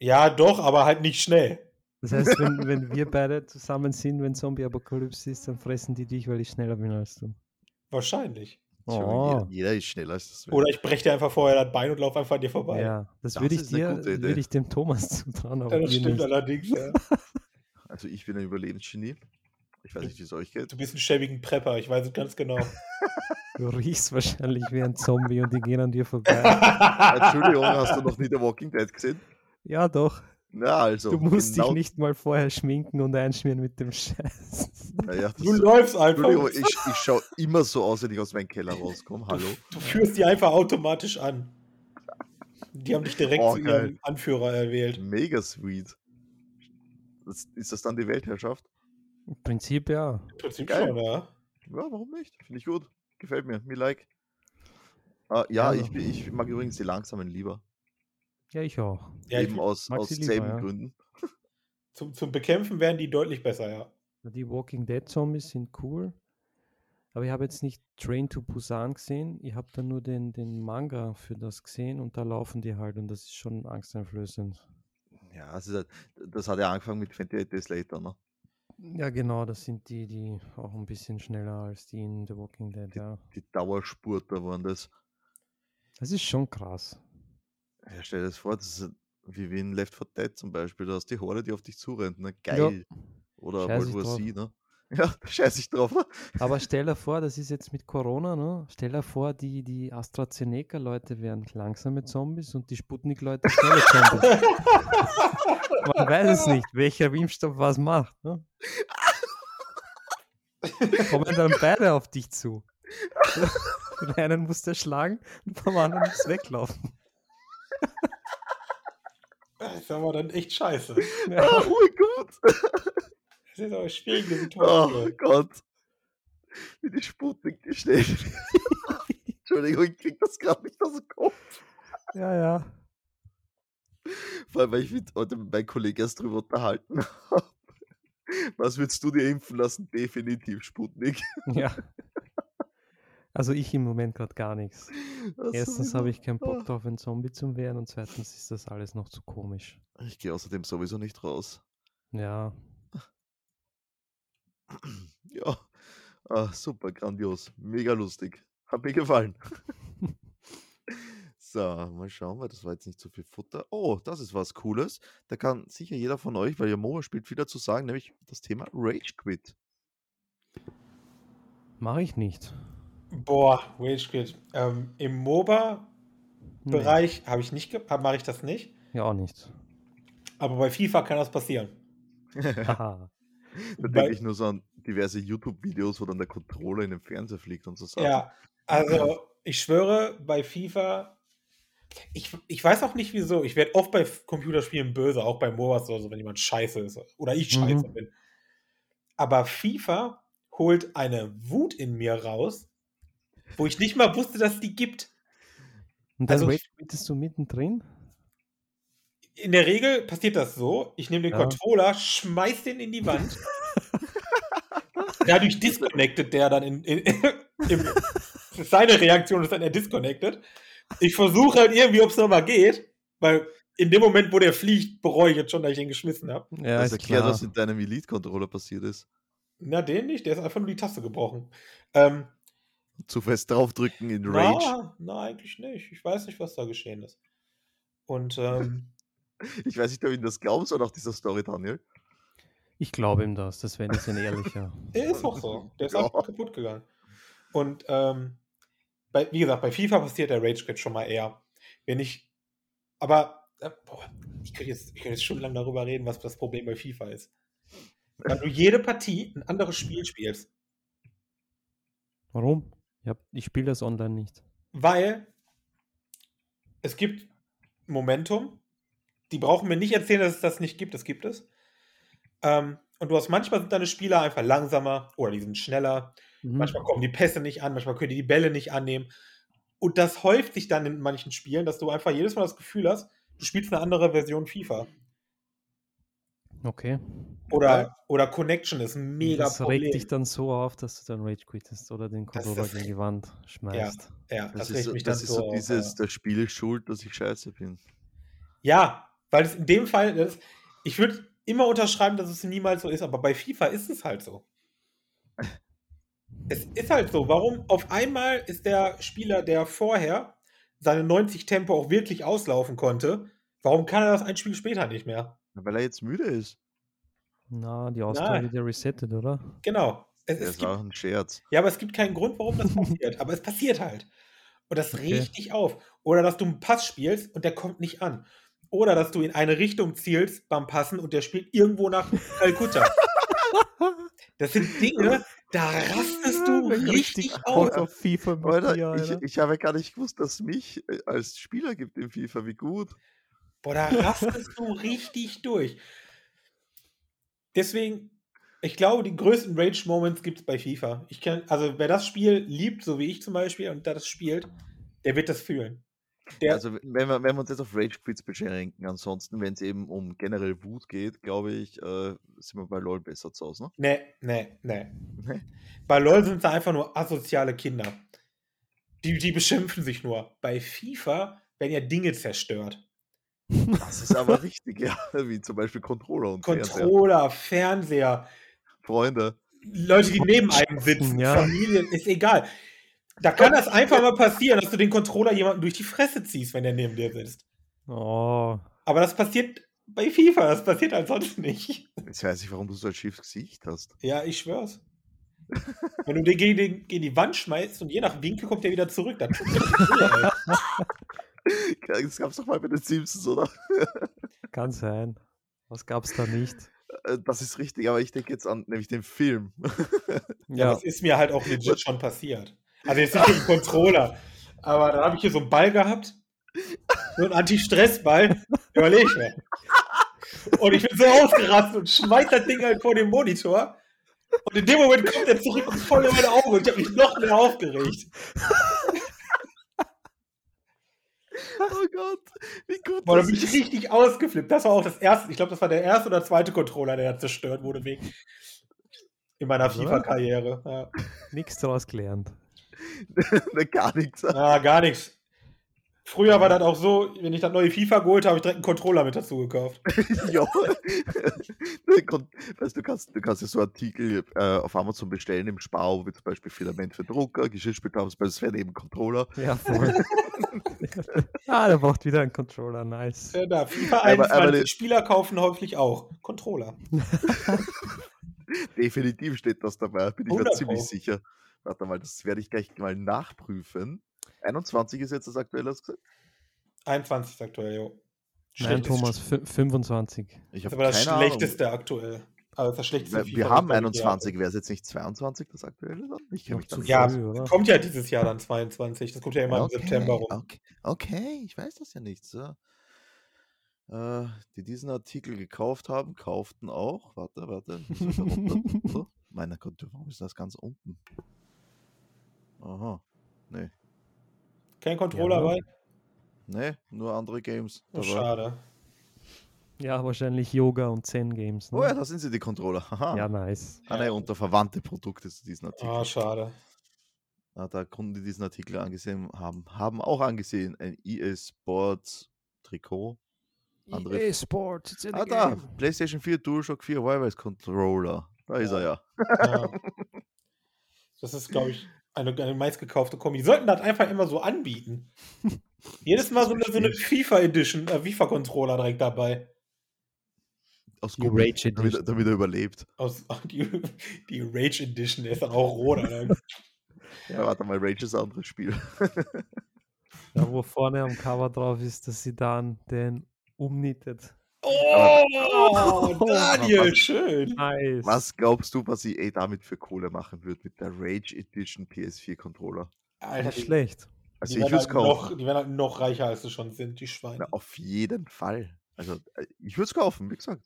[SPEAKER 2] Ja, doch, aber halt nicht schnell.
[SPEAKER 3] Das
[SPEAKER 1] *laughs*
[SPEAKER 3] heißt, wenn, wenn wir beide zusammen sind, wenn Zombie-Apokalypse ist, dann fressen die dich, weil ich schneller bin als du.
[SPEAKER 2] Wahrscheinlich.
[SPEAKER 1] Entschuldigung,
[SPEAKER 3] Oh.
[SPEAKER 1] jeder, jeder ist schneller als das. Sven.
[SPEAKER 2] Oder ich breche dir einfach vorher das Bein und laufe einfach an dir vorbei.
[SPEAKER 3] Ja, das,
[SPEAKER 1] Das
[SPEAKER 3] würde ich
[SPEAKER 1] ist eine
[SPEAKER 3] dir,
[SPEAKER 1] gute Idee.
[SPEAKER 3] würde ich dem Thomas *laughs* zutrauen.
[SPEAKER 2] Ja,
[SPEAKER 3] aber
[SPEAKER 2] das
[SPEAKER 3] dir
[SPEAKER 2] stimmt
[SPEAKER 3] nicht.
[SPEAKER 2] allerdings. Ja.
[SPEAKER 1] Also ich bin ein Überlebensgenie. Ich weiß nicht, wie es euch geht.
[SPEAKER 3] *laughs*
[SPEAKER 2] Du bist ein schäbigen Prepper, ich weiß es ganz genau.
[SPEAKER 3] Du riechst wahrscheinlich wie ein Zombie und die gehen an dir vorbei.
[SPEAKER 2] *laughs*
[SPEAKER 3] Ah.
[SPEAKER 1] Entschuldigung, hast du noch nie The Walking Dead gesehen?
[SPEAKER 3] Ja, doch.
[SPEAKER 1] Na, also.
[SPEAKER 3] Du musst
[SPEAKER 1] genau-
[SPEAKER 3] dich nicht mal vorher schminken und einschmieren mit dem Scheiß.
[SPEAKER 1] Naja, das
[SPEAKER 2] Du läufst
[SPEAKER 1] Entschuldigung,
[SPEAKER 2] einfach.
[SPEAKER 1] ich, ich schaue immer so aus, wenn ich aus meinem Keller rauskomme. Hallo.
[SPEAKER 2] Du führst die einfach automatisch an. Die haben dich direkt
[SPEAKER 1] Oh,
[SPEAKER 2] zu
[SPEAKER 1] geil.
[SPEAKER 2] ihrem Anführer erwählt.
[SPEAKER 1] Mega sweet. Das, ist das dann die Weltherrschaft?
[SPEAKER 3] Im Prinzip ja.
[SPEAKER 2] Im Prinzip
[SPEAKER 1] Geil.
[SPEAKER 2] schon, ja.
[SPEAKER 1] Ja, warum nicht? Finde ich gut. Gefällt mir. Me like. Ah, ja,
[SPEAKER 3] Also.
[SPEAKER 1] ich, bin- ich mag übrigens die langsamen lieber.
[SPEAKER 3] Ja, ich auch.
[SPEAKER 2] ja ich,
[SPEAKER 1] Eben aus,
[SPEAKER 3] mag
[SPEAKER 1] aus
[SPEAKER 3] sie lieber,
[SPEAKER 1] selben
[SPEAKER 3] ja.
[SPEAKER 1] Gründen.
[SPEAKER 2] zum, zum Bekämpfen wären die deutlich besser, ja.
[SPEAKER 3] Die Walking Dead Zombies sind cool. Aber ich habe jetzt nicht Train to Busan gesehen. Ich habe da nur den, den Manga für das gesehen und da laufen die halt und das ist schon angsteinflößend.
[SPEAKER 1] Ja, es ist halt, das hat ja angefangen mit 28 Days Later, ne?
[SPEAKER 3] Ja, genau, das sind die, die auch ein bisschen schneller als die in The Walking Dead, ja.
[SPEAKER 1] Die Dauerspurter waren das.
[SPEAKER 3] Das ist schon krass.
[SPEAKER 1] Ja, stell dir das vor, das ist wie, wie in Left 4 Dead zum Beispiel. Du hast die Horde, die auf dich zurennt. Ne? Geil. Oder
[SPEAKER 3] Scheiß
[SPEAKER 1] World
[SPEAKER 3] ich
[SPEAKER 1] War
[SPEAKER 3] drauf.
[SPEAKER 1] Z, ne? *laughs* Ja, da scheiß ich
[SPEAKER 3] *laughs*
[SPEAKER 1] drauf. *laughs* Ne?
[SPEAKER 3] Aber stell dir vor, das ist jetzt mit Corona, ne? Stell dir vor, die, die AstraZeneca-Leute wären langsame Zombies und die Sputnik-Leute schnelle Zombies. Man weiß es nicht, welcher Impfstoff was macht, ne? Kommen dann beide auf dich zu. Den einen musst du erschlagen und beim anderen musst du weglaufen.
[SPEAKER 2] Das ist aber dann echt scheiße. Das
[SPEAKER 1] Ah, oh mein Gott.
[SPEAKER 2] ist aber eine schwierige
[SPEAKER 1] Oh
[SPEAKER 2] Situation.
[SPEAKER 1] Gott. Wie die Sputnik gestellt. *laughs* Entschuldigung, ich krieg das gerade nicht aus dem Kopf.
[SPEAKER 3] Ja, ja.
[SPEAKER 1] Vor allem, weil ich mit heute mit meinem Kollegen erst drüber unterhalten *laughs* habe. Was würdest du dir impfen lassen? Definitiv Sputnik. *laughs*
[SPEAKER 3] Ja. Also ich im Moment gerade gar nichts.
[SPEAKER 1] Das
[SPEAKER 3] Erstens
[SPEAKER 1] sowieso.
[SPEAKER 3] habe ich keinen
[SPEAKER 1] Ah.
[SPEAKER 3] Bock drauf, ein Zombie zu werden und zweitens ist das alles noch zu komisch.
[SPEAKER 1] Ich gehe außerdem sowieso nicht raus.
[SPEAKER 3] Ja,
[SPEAKER 1] Ja, ah, super, grandios, mega lustig. Hat mir
[SPEAKER 2] *laughs*
[SPEAKER 1] gefallen. so, mal schauen wir, das war jetzt nicht so viel Futter. Oh, das ist was Cooles. Da kann sicher jeder von euch, weil ihr Mora spielt, viel dazu sagen, nämlich das Thema Rage Quit.
[SPEAKER 3] mache ich nicht.
[SPEAKER 2] Boah, Rage Quit. Ähm, Im MOBA-Bereich
[SPEAKER 3] Nee,
[SPEAKER 2] habe ich nicht, mache ich das nicht.
[SPEAKER 3] Ja, auch *laughs* nicht.
[SPEAKER 2] Aber bei FIFA kann das passieren.
[SPEAKER 1] da
[SPEAKER 3] Haha.
[SPEAKER 1] denke ich nur so an diverse YouTube-Videos, wo dann der Controller in den Fernseher fliegt und so Sachen.
[SPEAKER 2] Ja, also ich schwöre, bei FIFA. Ich, ich weiß auch nicht wieso. Ich werde oft bei Computerspielen böse, auch bei MOBAs oder so, wenn jemand scheiße ist. Oder ich
[SPEAKER 3] Mhm.
[SPEAKER 2] scheiße bin. Aber FIFA holt eine Wut in mir raus, wo ich nicht mal wusste, dass es die gibt.
[SPEAKER 3] Und dann
[SPEAKER 2] Also
[SPEAKER 3] Rage
[SPEAKER 2] ich-
[SPEAKER 3] Quittest du mittendrin?
[SPEAKER 2] In der Regel passiert das so: Ich nehme den
[SPEAKER 3] Ja.
[SPEAKER 2] Controller, schmeiß den in die Wand. Dadurch disconnectet der dann in, *laughs* in, im, seine Reaktion ist dann er disconnected. Ich versuche halt irgendwie, ob es nochmal geht, weil in dem Moment, wo der fliegt, bereue ich jetzt schon, dass ich ihn geschmissen habe.
[SPEAKER 3] Ja,
[SPEAKER 1] Das erklärt, was in deinem Elite-Controller passiert ist.
[SPEAKER 2] Na, den nicht, der ist einfach nur die Taste gebrochen. Ähm,
[SPEAKER 1] Zu fest draufdrücken in Rage.
[SPEAKER 2] Na, na, eigentlich nicht. Ich weiß nicht, was da geschehen ist. Und ähm,
[SPEAKER 1] Ich weiß nicht, ob ich das glaubst oder auch dieser Story, Daniel.
[SPEAKER 3] Ich glaube ihm das, das wäre jetzt ein *laughs* ehrlicher.
[SPEAKER 2] Der ist auch so. Der ist
[SPEAKER 1] Ja.
[SPEAKER 2] auch kaputt gegangen. Und ähm, bei, wie gesagt, bei FIFA passiert der Rage Quit schon mal eher. Wenn ich. Aber äh, boah, ich könnte jetzt, ich könnte jetzt stundenlang darüber reden, was das Problem bei FIFA ist. Weil du jede Partie ein anderes Spiel spielst.
[SPEAKER 3] Warum? Ich, hab- ich spiele das online nicht.
[SPEAKER 2] Weil es gibt Momentum. Die brauchen mir nicht erzählen, dass es das nicht gibt. Das gibt es. Ähm, und du hast manchmal sind deine Spieler einfach langsamer oder die sind schneller.
[SPEAKER 3] Mhm.
[SPEAKER 2] Manchmal kommen die Pässe nicht an, manchmal können die die Bälle nicht annehmen. Und das häuft sich dann in manchen Spielen, dass du einfach jedes Mal das Gefühl hast, du spielst eine andere Version FIFA.
[SPEAKER 3] Okay.
[SPEAKER 2] Oder,
[SPEAKER 1] Ja.
[SPEAKER 2] oder Connection ist ein mega
[SPEAKER 3] das
[SPEAKER 2] Problem.
[SPEAKER 3] regt dich dann so auf, dass du dann Rage Quittest oder den
[SPEAKER 2] Das-
[SPEAKER 3] Controller
[SPEAKER 2] das-
[SPEAKER 3] gegen die Wand schmeißt.
[SPEAKER 2] ja, das,
[SPEAKER 1] Das, ist
[SPEAKER 2] regt
[SPEAKER 1] so,
[SPEAKER 2] mich
[SPEAKER 1] das
[SPEAKER 2] dann
[SPEAKER 1] ist
[SPEAKER 2] so äh,
[SPEAKER 1] so
[SPEAKER 2] auf,
[SPEAKER 1] dieses, das Spiel ist schuld, dass ich scheiße bin.
[SPEAKER 2] ja. ja, weil es in dem Fall, das, ich würde immer unterschreiben, dass es niemals so ist, aber bei FIFA ist es halt so. Es ist halt so, warum auf einmal ist der Spieler, der vorher seine 90 Tempo auch wirklich auslaufen konnte, warum kann er das ein Spiel später nicht mehr?
[SPEAKER 1] Weil er jetzt müde ist.
[SPEAKER 3] Na, die Austrage wird ja resettet, oder?
[SPEAKER 2] Genau. Es, es
[SPEAKER 1] Das
[SPEAKER 2] gibt,
[SPEAKER 1] war auch ein
[SPEAKER 2] *laughs*
[SPEAKER 1] Scherz.
[SPEAKER 2] ja, aber es gibt keinen Grund, warum das passiert. aber es passiert halt. Und das
[SPEAKER 3] Okay.
[SPEAKER 2] regt dich auf. Oder dass du einen Pass spielst und der kommt nicht an. Oder dass du in eine Richtung zielst beim Passen und der spielt irgendwo nach Kalkutta.
[SPEAKER 3] *laughs*
[SPEAKER 2] das sind Dinge, da rastest du
[SPEAKER 3] Wenn ich
[SPEAKER 2] richtig
[SPEAKER 3] Bock
[SPEAKER 2] aus.
[SPEAKER 3] auf FIFA mit
[SPEAKER 1] Alter,
[SPEAKER 3] dir,
[SPEAKER 1] ich,
[SPEAKER 3] Alter.
[SPEAKER 1] ich habe gar nicht gewusst, dass es mich äh, als Spieler gibt in FIFA. Wie gut.
[SPEAKER 2] Boah, da rastest du richtig durch. Deswegen, ich glaube, die größten Rage-Moments gibt es bei FIFA. Ich kenn, also wer das Spiel liebt, so wie ich zum Beispiel, und da das spielt, der wird das fühlen. Der,
[SPEAKER 1] Also, wenn wir, wenn wir uns jetzt auf Rage Quits beschränken, ansonsten, wenn es eben um generell Wut geht, glaube ich, äh, sind wir bei LOL besser zu Hause.
[SPEAKER 2] nee, nee, nee.
[SPEAKER 1] Ne?
[SPEAKER 2] Bei LOL sind sie einfach nur asoziale Kinder. Die, die beschimpfen sich nur. Bei FIFA werden ja Dinge zerstört.
[SPEAKER 1] Das ist
[SPEAKER 2] *laughs*
[SPEAKER 1] aber richtig, ja. *laughs* Wie zum Beispiel Controller und Fernseher.
[SPEAKER 2] Controller, Fernseher,
[SPEAKER 1] Freunde.
[SPEAKER 2] Leute, die neben einem sitzen,
[SPEAKER 3] Ja.
[SPEAKER 2] Familien, ist egal. Da kann das einfach mal passieren, dass du den Controller jemanden durch die Fresse ziehst, wenn der neben dir sitzt.
[SPEAKER 3] Oh,
[SPEAKER 2] Aber das passiert bei FIFA, das passiert ansonsten nicht.
[SPEAKER 1] Jetzt weiß ich, warum du so ein schiefes Gesicht hast. *laughs*
[SPEAKER 2] Ja, ich schwör's. Wenn du den gegen, den gegen die Wand schmeißt und je nach Winkel kommt der wieder zurück, dann tut der weh, ey.
[SPEAKER 1] Das gab es doch mal bei den Simpsons, oder?
[SPEAKER 3] kann sein. Was gab's da nicht?
[SPEAKER 1] Äh, Das ist richtig, aber ich denke jetzt an nämlich den Film. *laughs*
[SPEAKER 2] ja.
[SPEAKER 3] Ja,
[SPEAKER 2] Das ist mir halt auch legit schon passiert. Also jetzt nicht mit dem Controller, aber da habe ich hier so einen Ball
[SPEAKER 1] *laughs*
[SPEAKER 2] gehabt, so einen Anti-Stress-Ball, überleg ich mir. Und ich bin so ausgerastet und schmeiß das Ding halt vor den Monitor. Und in dem Moment kommt er zurück und voll in meine Augen und ich habe mich noch mehr aufgeregt.
[SPEAKER 1] Oh Gott, wie gut.
[SPEAKER 2] Boah, da
[SPEAKER 1] das
[SPEAKER 2] bin ich
[SPEAKER 1] ist.
[SPEAKER 2] richtig ausgeflippt. Das war auch das erste, ich glaube, das war der erste oder zweite Controller, der da zerstört wurde wegen in meiner FIFA-Karriere. Ja.
[SPEAKER 3] nichts daraus gelernt.
[SPEAKER 1] *laughs* Na, gar nichts.
[SPEAKER 2] Na, gar nichts. Früher war das auch so, wenn ich das neue FIFA geholt habe, habe ich direkt einen Controller mit
[SPEAKER 1] *laughs*
[SPEAKER 2] dazu gekauft.
[SPEAKER 1] ja. Du kon- weißt, du, kannst, du kannst ja so Artikel äh, auf Amazon bestellen im Spau, wie zum Beispiel Filament für Drucker, Geschirrspülkabel, bei Sven eben Controller.
[SPEAKER 3] Ja, voll. *laughs* ah, der braucht wieder einen Controller, nice.
[SPEAKER 2] Ja, Äh, da, FIFA
[SPEAKER 1] Aber-
[SPEAKER 2] 21
[SPEAKER 1] aber die-
[SPEAKER 2] Spieler kaufen häufig auch Controller.
[SPEAKER 1] Definitiv steht das dabei, bin ich mir
[SPEAKER 2] 100
[SPEAKER 1] ziemlich
[SPEAKER 2] Pro.
[SPEAKER 1] sicher. Warte mal, das werde ich gleich mal nachprüfen. 21 ist jetzt das aktuelle, hast du gesagt?
[SPEAKER 2] 21 ist aktuell, jo.
[SPEAKER 3] Nein,
[SPEAKER 2] Schlechtes-
[SPEAKER 3] Thomas, fü- 25.
[SPEAKER 1] Ich habe
[SPEAKER 2] Das ist aber das
[SPEAKER 1] keine Ahnung.
[SPEAKER 2] schlechteste aktuell. Also das schlechteste
[SPEAKER 1] Wir, wir
[SPEAKER 2] was
[SPEAKER 1] haben
[SPEAKER 2] wir hier
[SPEAKER 1] 21, wäre es jetzt nicht 22 das aktuelle dann? Ich kenne
[SPEAKER 3] Noch
[SPEAKER 1] mich da
[SPEAKER 3] zu
[SPEAKER 1] nicht
[SPEAKER 2] Ja,
[SPEAKER 1] aus.
[SPEAKER 3] früh, oder?
[SPEAKER 2] haben. Kommt ja dieses Jahr dann 22. Das kommt ja immer
[SPEAKER 1] Okay,
[SPEAKER 2] im September rum.
[SPEAKER 1] Okay, okay, ich weiß das ja nicht. So. Äh, die diesen Artikel gekauft haben, kauften auch. Warte, warte. ich muss wieder runter. *laughs* So, Meine Güte, warum ist das ganz unten? Aha. Nee.
[SPEAKER 2] Kein Controller
[SPEAKER 1] ne?
[SPEAKER 3] Ja.
[SPEAKER 2] bei?
[SPEAKER 1] Nee, ne, nur andere Games.
[SPEAKER 2] Oh,
[SPEAKER 1] dabei.
[SPEAKER 2] schade.
[SPEAKER 3] Ja, wahrscheinlich Yoga und Zen Games. Ne?
[SPEAKER 1] oh ja, da sind sie, die Controller. Haha.
[SPEAKER 3] ja, nice.
[SPEAKER 1] Ah, nee, unter verwandte Produkte zu diesen Artikeln.
[SPEAKER 2] Ah, schade.
[SPEAKER 1] Ah, da Kunden, die diesen Artikel angesehen haben, haben auch angesehen ein EA Sports Trikot. Andere- EA
[SPEAKER 3] Sports, it's in
[SPEAKER 1] Ah, da, PlayStation 4, DualShock 4, Wireless Controller. Da ist er ja.
[SPEAKER 2] Ja. Das ist, glaube ich, eine, eine meistgekaufte Kombi. Die sollten das einfach immer so anbieten. Jedes Mal so eine, so
[SPEAKER 3] *laughs*
[SPEAKER 2] eine FIFA Edition, äh, FIFA Controller direkt dabei.
[SPEAKER 1] Aus
[SPEAKER 3] Die
[SPEAKER 1] Gummi,
[SPEAKER 3] Rage
[SPEAKER 1] damit, er-
[SPEAKER 3] Edition.
[SPEAKER 1] damit er überlebt.
[SPEAKER 2] Aus, *laughs* die, die Rage Edition, der ist dann auch rot. Alter.
[SPEAKER 1] Ja, warte mal, Rage ist ein anderes Spiel.
[SPEAKER 3] Ja, wo vorne am Cover drauf ist, dass sie dann den umnietet.
[SPEAKER 2] Oh,
[SPEAKER 3] *laughs* Aber-
[SPEAKER 2] Daniel,
[SPEAKER 1] Was-
[SPEAKER 2] schön.
[SPEAKER 3] Nice.
[SPEAKER 1] Was glaubst du, was EA damit für Kohle machen wird mit der Rage Edition PS4 Controller?
[SPEAKER 2] Alter,
[SPEAKER 3] Nicht
[SPEAKER 2] die,
[SPEAKER 3] schlecht.
[SPEAKER 1] Also
[SPEAKER 2] die,
[SPEAKER 1] ich
[SPEAKER 2] werden
[SPEAKER 1] würde es
[SPEAKER 2] halt
[SPEAKER 1] kaufen.
[SPEAKER 2] noch, die werden halt noch reicher, als sie schon sind, die
[SPEAKER 1] Na,
[SPEAKER 2] Schweine.
[SPEAKER 1] auf jeden Fall. Also äh, ich würde es kaufen, wie gesagt.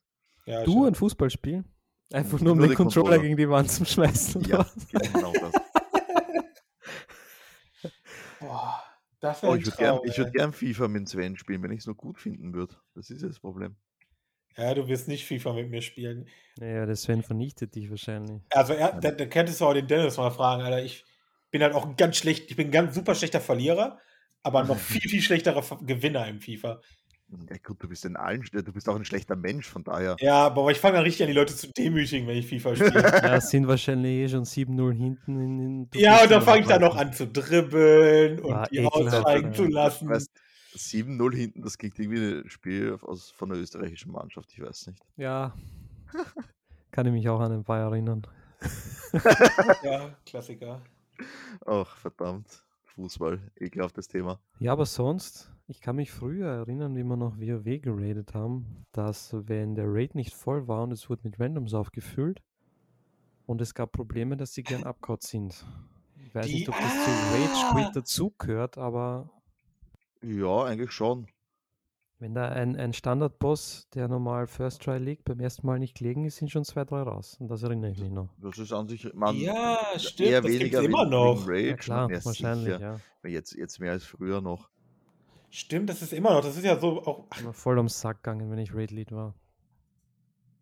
[SPEAKER 2] Ja,
[SPEAKER 3] Du
[SPEAKER 2] schön.
[SPEAKER 3] ein Fußballspiel? Einfach
[SPEAKER 1] Nur
[SPEAKER 3] nur um den
[SPEAKER 1] den
[SPEAKER 3] Controller,
[SPEAKER 1] Controller.
[SPEAKER 3] gegen die Wand zu schmeißen. oder
[SPEAKER 1] Ja,
[SPEAKER 3] was?
[SPEAKER 1] genau das.
[SPEAKER 2] Boah, das wäre
[SPEAKER 1] Oh,
[SPEAKER 2] ein
[SPEAKER 1] ich würde gern,
[SPEAKER 2] Traum.
[SPEAKER 1] ich
[SPEAKER 2] ey.
[SPEAKER 1] würd gern FIFA mit Sven spielen, wenn ich es nur gut finden würde. Das ist ja das Problem.
[SPEAKER 2] ja, du wirst nicht FIFA mit mir spielen.
[SPEAKER 3] Ja, der Sven vernichtet dich wahrscheinlich.
[SPEAKER 2] Also er, da, da könntest du auch den Dennis mal fragen, Alter. Ich bin halt auch ein ganz schlecht, ich bin ein ganz super schlechter Verlierer, aber noch viel, viel schlechterer Ver- Gewinner im FIFA.
[SPEAKER 1] Hm, Ja gut, du bist in allen, du bist auch ein schlechter Mensch, von daher.
[SPEAKER 2] Ja, aber ich fange dann richtig an, die Leute zu demütigen, wenn ich FIFA spiele.
[SPEAKER 3] Ja, es sind wahrscheinlich eh schon 7-0 hinten. In, in, du
[SPEAKER 2] ja,
[SPEAKER 3] bist
[SPEAKER 2] und dann
[SPEAKER 3] noch
[SPEAKER 2] fange ich dann
[SPEAKER 3] weiter.
[SPEAKER 2] noch an zu dribbeln und
[SPEAKER 3] Ah,
[SPEAKER 2] die
[SPEAKER 3] ekelhaft,
[SPEAKER 2] aussteigen
[SPEAKER 3] Alter.
[SPEAKER 2] zu lassen.
[SPEAKER 1] Weißt, 7-0 hinten, das klingt irgendwie ein Spiel aus, von der österreichischen Mannschaft, ich weiß nicht.
[SPEAKER 3] Ja. Kann ich mich auch an ein paar erinnern.
[SPEAKER 2] Ja, Klassiker.
[SPEAKER 1] Ach, verdammt. Fußball, ekelhaftes Thema.
[SPEAKER 3] Ja, aber sonst, ich kann mich früher erinnern, wie wir noch WoW geradet haben, dass wenn der Raid nicht voll war und es wurde mit Randoms aufgefüllt und es gab Probleme, dass sie gern abgehauen sind. Ich weiß
[SPEAKER 2] Die-
[SPEAKER 3] nicht, ob das zu Rage
[SPEAKER 2] Ah!
[SPEAKER 3] Quit dazugehört, aber
[SPEAKER 1] Ja, eigentlich schon.
[SPEAKER 3] wenn da ein, ein Standardboss, der normal First Try liegt, beim ersten Mal nicht gelegen ist, sind schon zwei, drei raus. Und das erinnere ich mich noch.
[SPEAKER 1] Das ist an sich, man,
[SPEAKER 2] ja, stimmt,
[SPEAKER 1] eher
[SPEAKER 2] das gibt's
[SPEAKER 1] weniger
[SPEAKER 2] immer
[SPEAKER 1] wegen-
[SPEAKER 2] noch.
[SPEAKER 1] wegen Rage, ne,
[SPEAKER 3] Ja klar,
[SPEAKER 1] mehr
[SPEAKER 3] wahrscheinlich,
[SPEAKER 1] sicher.
[SPEAKER 3] ja.
[SPEAKER 1] Jetzt, jetzt mehr als früher noch.
[SPEAKER 2] Stimmt, das ist immer noch. Das ist ja so auch.
[SPEAKER 3] Immer voll am Sack gegangen, wenn ich Raid Lead war.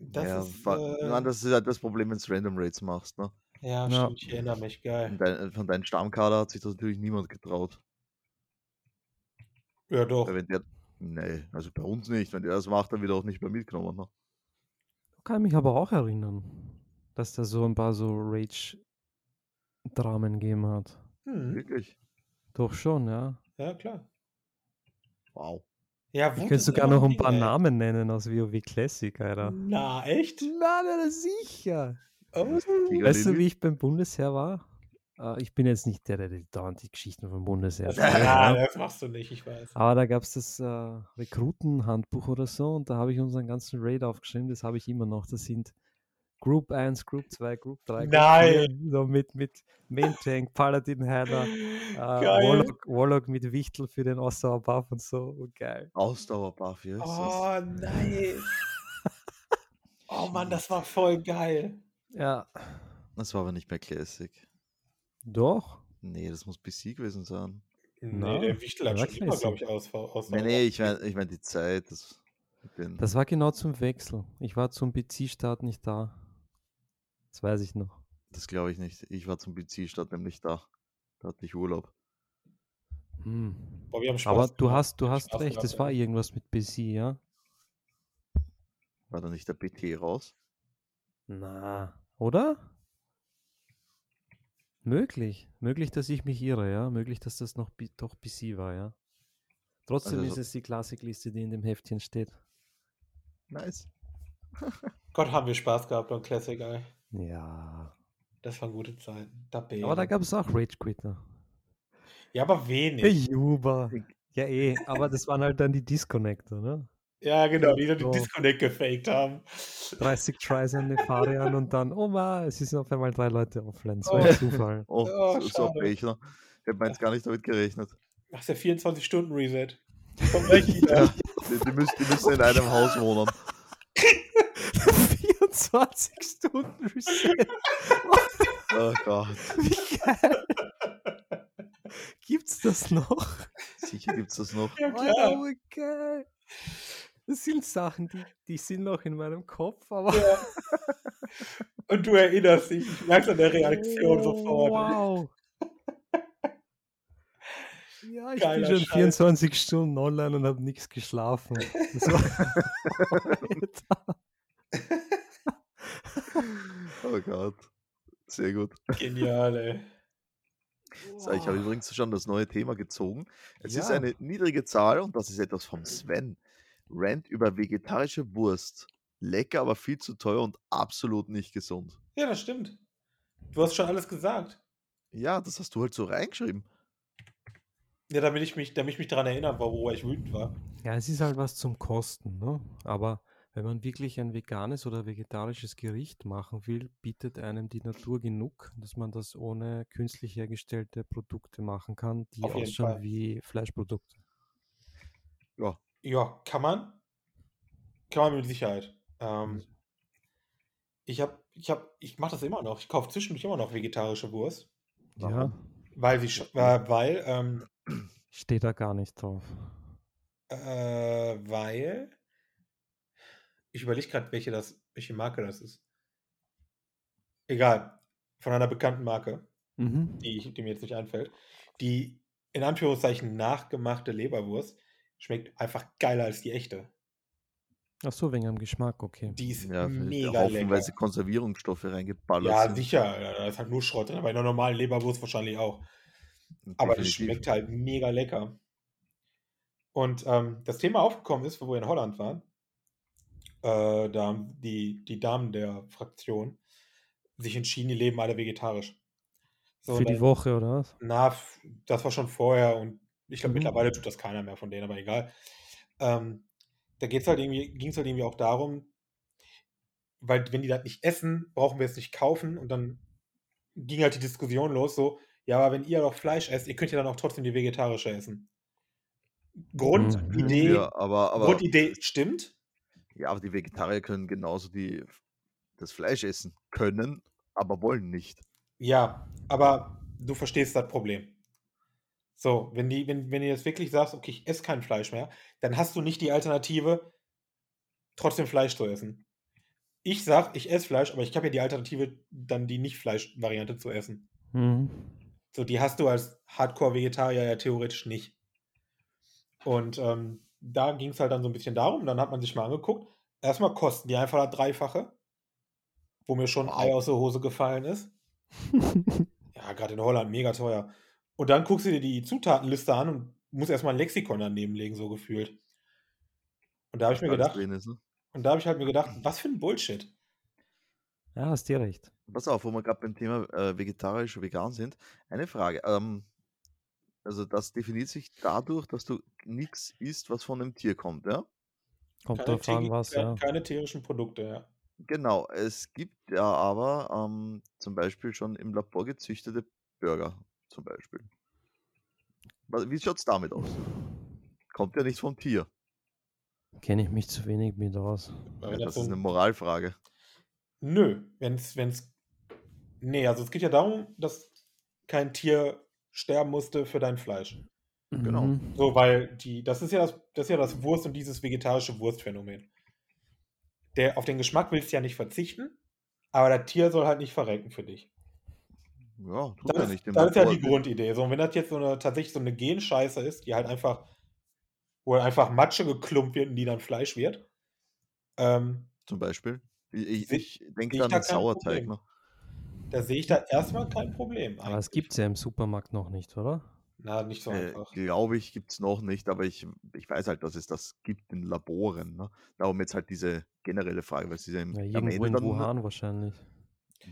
[SPEAKER 2] Das
[SPEAKER 1] ja,
[SPEAKER 2] ist,
[SPEAKER 1] fa-
[SPEAKER 2] äh,
[SPEAKER 1] Nein, das ist halt das Problem, wenn du Random Raids machst. Ne?
[SPEAKER 2] ja,
[SPEAKER 3] Ja.
[SPEAKER 2] stimmt, ich erinnere mich,
[SPEAKER 1] Und
[SPEAKER 2] geil.
[SPEAKER 1] dein, von deinem Stammkader hat sich das natürlich niemand getraut.
[SPEAKER 2] Ja, doch.
[SPEAKER 1] Weil wenn der, nee, also bei uns nicht. Wenn der das macht, dann wird er auch nicht mehr mitgenommen. Ne?
[SPEAKER 3] Kann mich aber auch erinnern, dass da so ein paar so Rage-Dramen gegeben hat.
[SPEAKER 2] Hm,
[SPEAKER 1] Wirklich?
[SPEAKER 3] Doch schon, ja.
[SPEAKER 2] ja, klar.
[SPEAKER 1] Wow.
[SPEAKER 2] Ja,
[SPEAKER 3] Ich
[SPEAKER 2] Wut
[SPEAKER 3] könnte
[SPEAKER 2] ist
[SPEAKER 3] sogar
[SPEAKER 2] immer
[SPEAKER 3] noch ein
[SPEAKER 2] Ding,
[SPEAKER 3] paar
[SPEAKER 2] ey.
[SPEAKER 3] Namen nennen aus WoW Classic, Alter.
[SPEAKER 2] Na, echt?
[SPEAKER 3] Na, na, na, sicher.
[SPEAKER 2] Oh,
[SPEAKER 1] Giga
[SPEAKER 3] Weißt du,
[SPEAKER 1] Lilly?
[SPEAKER 3] wie ich beim Bundesheer war? Äh, Ich bin jetzt nicht der, der die dauernd die Geschichten vom Bundesheer
[SPEAKER 2] *laughs* das,
[SPEAKER 3] erzählt,
[SPEAKER 2] ja,
[SPEAKER 3] ja.
[SPEAKER 2] Ah, das machst du nicht, ich weiß.
[SPEAKER 3] Aber da gab es das äh, Rekrutenhandbuch oder so und da habe ich unseren ganzen Raid aufgeschrieben, das habe ich immer noch. Das sind Group 1, Group 2, Group 3, Group vier, so mit, mit Main Tank, Paladin Heiler, äh,
[SPEAKER 2] Geil.
[SPEAKER 3] Warlock, Warlock mit Wichtel für den Ausdauerbuff und so. Oh, geil.
[SPEAKER 1] Ausdauerbuff, yes.
[SPEAKER 2] Oh,
[SPEAKER 3] *laughs*
[SPEAKER 2] nice. Oh Mann, das war voll geil.
[SPEAKER 3] Ja.
[SPEAKER 1] Das war aber nicht mehr Classic.
[SPEAKER 3] Doch.
[SPEAKER 1] Nee, das muss PC gewesen sein.
[SPEAKER 3] Na,
[SPEAKER 2] Nee, der Wichtel hat
[SPEAKER 3] ja,
[SPEAKER 2] schon immer,
[SPEAKER 3] Classic.
[SPEAKER 2] glaube ich, aus. aus
[SPEAKER 1] Nee, nee, ich meine ich mein die Zeit. Das, mit den-
[SPEAKER 3] Das war genau zum Wechsel. Ich war zum PC-Start nicht da. Das weiß ich noch.
[SPEAKER 1] das glaube ich nicht. Ich war zum PC-Start nämlich da. Da hatte ich Urlaub.
[SPEAKER 3] Hm.
[SPEAKER 2] Boah, wir haben Spaß
[SPEAKER 3] Aber du
[SPEAKER 2] gemacht.
[SPEAKER 3] hast, du
[SPEAKER 2] Hat
[SPEAKER 3] hast
[SPEAKER 2] Spaß
[SPEAKER 3] recht,
[SPEAKER 2] gemacht,
[SPEAKER 3] das
[SPEAKER 2] ja.
[SPEAKER 3] war irgendwas mit PC, ja?
[SPEAKER 1] War da nicht der BT raus?
[SPEAKER 3] Na, oder? Möglich. Möglich, dass ich mich irre, ja. Möglich, dass das noch bi- doch PC war, ja. Trotzdem
[SPEAKER 1] Also
[SPEAKER 3] ist
[SPEAKER 1] so-
[SPEAKER 3] es die Klassikliste, die in dem Heftchen steht.
[SPEAKER 1] Nice.
[SPEAKER 2] Gott, haben wir Spaß gehabt beim Classic, ey.
[SPEAKER 3] Ja.
[SPEAKER 2] Das waren gute Zeiten. Da
[SPEAKER 3] Aber da
[SPEAKER 2] Bären.
[SPEAKER 3] gab es auch Rage Quitter.
[SPEAKER 2] ja, aber wenig.
[SPEAKER 3] Hey, Juba. Ja, eh, aber das waren halt dann die Disconnector, ne?
[SPEAKER 2] Ja, genau, die dann den
[SPEAKER 3] So.
[SPEAKER 2] Disconnect gefaked haben.
[SPEAKER 3] 30 Tries an Nefarian und dann, oh ma, es sind auf einmal drei Leute offline. So
[SPEAKER 2] Oh.
[SPEAKER 3] ein
[SPEAKER 1] *laughs*
[SPEAKER 3] Zufall.
[SPEAKER 1] Oh,
[SPEAKER 2] Oh,
[SPEAKER 1] so, so
[SPEAKER 2] schade.
[SPEAKER 1] Pechner. Ich habe jetzt gar nicht damit gerechnet.
[SPEAKER 2] Machst ja 24-Stunden-Reset.
[SPEAKER 3] *laughs*
[SPEAKER 2] Komm gleich wieder.
[SPEAKER 1] *laughs* Die, die, müssen, die müssen in einem Haus wohnen.
[SPEAKER 3] 24 Stunden Reset.
[SPEAKER 1] Oh Gott.
[SPEAKER 3] Wie geil. Gibt's das noch?
[SPEAKER 1] Sicher gibt's das noch.
[SPEAKER 2] Ja,
[SPEAKER 3] Alter,
[SPEAKER 2] klar.
[SPEAKER 3] wie geil. Oh, Das sind Sachen, die, die sind noch in meinem Kopf, aber.
[SPEAKER 2] Ja. Und du erinnerst dich. Ich merke an der Reaktion
[SPEAKER 3] Oh,
[SPEAKER 2] sofort.
[SPEAKER 3] Wow. Ja, ich
[SPEAKER 2] Geiler
[SPEAKER 3] bin schon
[SPEAKER 2] Scheiß.
[SPEAKER 3] 24 Stunden online und habe nichts geschlafen. Das
[SPEAKER 2] *laughs*
[SPEAKER 3] war *laughs*
[SPEAKER 1] Oh Gott. Sehr gut.
[SPEAKER 2] Genial, ey.
[SPEAKER 1] So, ich habe übrigens schon das neue Thema gezogen. Es ist
[SPEAKER 3] Ja.
[SPEAKER 1] eine niedrige Zahl und das ist etwas vom Sven. Rant über vegetarische Wurst. Lecker, aber viel zu teuer und absolut nicht gesund.
[SPEAKER 2] Ja, das stimmt. Du hast schon alles gesagt.
[SPEAKER 1] Ja, das hast du halt so reingeschrieben.
[SPEAKER 2] Ja, damit ich mich, damit ich mich daran erinnern, worüber ich wütend war.
[SPEAKER 3] Ja, es ist halt was zum Kosten, ne? Aber wenn man wirklich ein veganes oder vegetarisches Gericht machen will, bietet einem die Natur genug, dass man das ohne künstlich hergestellte Produkte machen kann, die
[SPEAKER 2] Auf jeden
[SPEAKER 3] ausschauen
[SPEAKER 2] Fall.
[SPEAKER 3] wie Fleischprodukte.
[SPEAKER 2] Ja, kann man. Kann man mit Sicherheit. Ähm, ich hab, ich hab, ich mache das immer noch. Ich kaufe zwischendurch immer noch vegetarische Wurst.
[SPEAKER 3] Ja,
[SPEAKER 2] Weil sie sch- äh, weil, ähm,
[SPEAKER 3] steht da gar nicht drauf.
[SPEAKER 2] äh, weil. Ich überlege gerade, welche das, welche Marke das ist. Egal. Von einer bekannten Marke,
[SPEAKER 3] Mhm.
[SPEAKER 2] die, ich, die mir jetzt nicht einfällt. Die in Anführungszeichen nachgemachte Leberwurst Schmeckt einfach geiler als die echte.
[SPEAKER 3] Ach so, wegen am Geschmack, okay.
[SPEAKER 2] Die ist
[SPEAKER 1] Ja, vielleicht
[SPEAKER 2] mega lecker.
[SPEAKER 1] haufenweise Konservierungsstoffe reingeballert
[SPEAKER 2] Ja,
[SPEAKER 1] sind.
[SPEAKER 2] sicher. Alter, Da ist halt nur Schrott drin. Bei einer normalen Leberwurst wahrscheinlich auch. Aber das
[SPEAKER 1] Definitiv.
[SPEAKER 2] schmeckt halt mega lecker. Und ähm, das Thema aufgekommen ist, wo wir in Holland waren, äh, da haben die, die Damen der Fraktion sich entschieden, die leben alle vegetarisch. So,
[SPEAKER 3] Für
[SPEAKER 2] und
[SPEAKER 3] die
[SPEAKER 2] dann-
[SPEAKER 3] Woche, oder was?
[SPEAKER 2] na, f- das war schon vorher und ich glaube,
[SPEAKER 3] Mhm.
[SPEAKER 2] mittlerweile tut das keiner mehr von denen, aber egal. Ähm, da geht's halt irgendwie, ging es halt irgendwie auch darum, weil wenn die das nicht essen, brauchen wir es nicht kaufen und dann ging halt die Diskussion los, so, ja, aber wenn ihr doch Fleisch esst, ihr könnt ja dann auch trotzdem die vegetarische essen. Grundidee,
[SPEAKER 1] Mhm, Ja, aber, aber,
[SPEAKER 2] Grundidee stimmt,
[SPEAKER 1] ja, aber die Vegetarier können genauso die, das Fleisch essen. Können, aber wollen nicht.
[SPEAKER 2] Ja, aber du verstehst das Problem. So, wenn die, wenn, wenn du jetzt wirklich sagst, okay, ich esse kein Fleisch mehr, dann hast du nicht die Alternative, trotzdem Fleisch zu essen. Ich sag, ich esse Fleisch, aber ich habe ja die Alternative, dann die Nicht-Fleisch-Variante zu essen.
[SPEAKER 3] Mhm.
[SPEAKER 2] *laughs* So, die hast du als Hardcore-Vegetarier ja theoretisch nicht. Und ähm, da ging es halt dann so ein bisschen darum, dann hat man sich mal angeguckt. Erstmal kosten die einfach das Dreifache, wo mir schon ein Ei
[SPEAKER 1] Wow.
[SPEAKER 2] aus der Hose gefallen ist. Ja, gerade in Holland, mega teuer. Und dann guckst du dir die Zutatenliste an und musst erstmal ein Lexikon daneben legen, so gefühlt. Und da habe ich mir
[SPEAKER 1] Alles
[SPEAKER 2] gedacht,
[SPEAKER 1] drin ist, ne?
[SPEAKER 2] und da habe ich halt mir gedacht, was für ein Bullshit.
[SPEAKER 3] Ja, hast dir recht.
[SPEAKER 1] Pass auf, wo wir gerade beim Thema äh, vegetarisch und vegan sind. Eine Frage. Ähm, also das definiert sich dadurch, dass du nichts isst, was von einem Tier kommt, ja?
[SPEAKER 3] Kommt drauf an,
[SPEAKER 2] Tier-
[SPEAKER 3] was,
[SPEAKER 2] keine,
[SPEAKER 3] ja.
[SPEAKER 2] keine tierischen Produkte, ja.
[SPEAKER 1] Genau, es gibt ja aber ähm, zum Beispiel schon im Labor gezüchtete Burger, zum Beispiel. Wa- Wie schaut es damit aus? Kommt ja nicht vom Tier.
[SPEAKER 3] Kenne ich mich zu wenig mit aus.
[SPEAKER 2] Weil
[SPEAKER 1] Ja,
[SPEAKER 2] das
[SPEAKER 1] das
[SPEAKER 2] so
[SPEAKER 1] ist
[SPEAKER 2] ein-
[SPEAKER 1] eine Moralfrage.
[SPEAKER 2] Nö, wenn's, wenn's. Nee, also es geht ja darum, dass kein Tier sterben musste für dein Fleisch.
[SPEAKER 1] Genau.
[SPEAKER 3] Mhm.
[SPEAKER 2] So, weil die, das ist ja das, das ist ja das Wurst und dieses vegetarische Wurstphänomen. Der, auf den Geschmack willst du ja nicht verzichten, aber das Tier soll halt nicht verrecken für dich.
[SPEAKER 1] Ja, tut ja
[SPEAKER 2] Das,
[SPEAKER 1] nicht. im
[SPEAKER 2] das ist ja die
[SPEAKER 1] Labor-
[SPEAKER 2] Grundidee. So, und wenn das jetzt so eine, tatsächlich so eine Genscheiße ist, die halt einfach, wo halt einfach Matsche geklumpt wird und die dann Fleisch wird, ähm,
[SPEAKER 1] Zum Beispiel. Ich,
[SPEAKER 2] Seh-
[SPEAKER 1] ich, ich denke
[SPEAKER 2] ich
[SPEAKER 1] da an
[SPEAKER 2] da
[SPEAKER 1] den
[SPEAKER 2] kein
[SPEAKER 1] Sauerteig.
[SPEAKER 2] Problem.
[SPEAKER 1] Ne?
[SPEAKER 2] da sehe ich da erstmal kein Problem.
[SPEAKER 3] Aber es
[SPEAKER 2] eigentlich.
[SPEAKER 3] gibt es ja im Supermarkt noch nicht, oder?
[SPEAKER 2] Na, nicht so
[SPEAKER 1] Äh,
[SPEAKER 2] einfach.
[SPEAKER 1] Glaube ich, gibt es noch nicht, aber ich, ich weiß halt, dass es das gibt in Laboren. Ne? Darum jetzt halt diese generelle Frage, weil es ist ja im,
[SPEAKER 3] Ja,
[SPEAKER 1] am
[SPEAKER 3] irgendwo
[SPEAKER 1] Ende
[SPEAKER 3] in
[SPEAKER 1] dann.
[SPEAKER 3] Wuhan wahrscheinlich.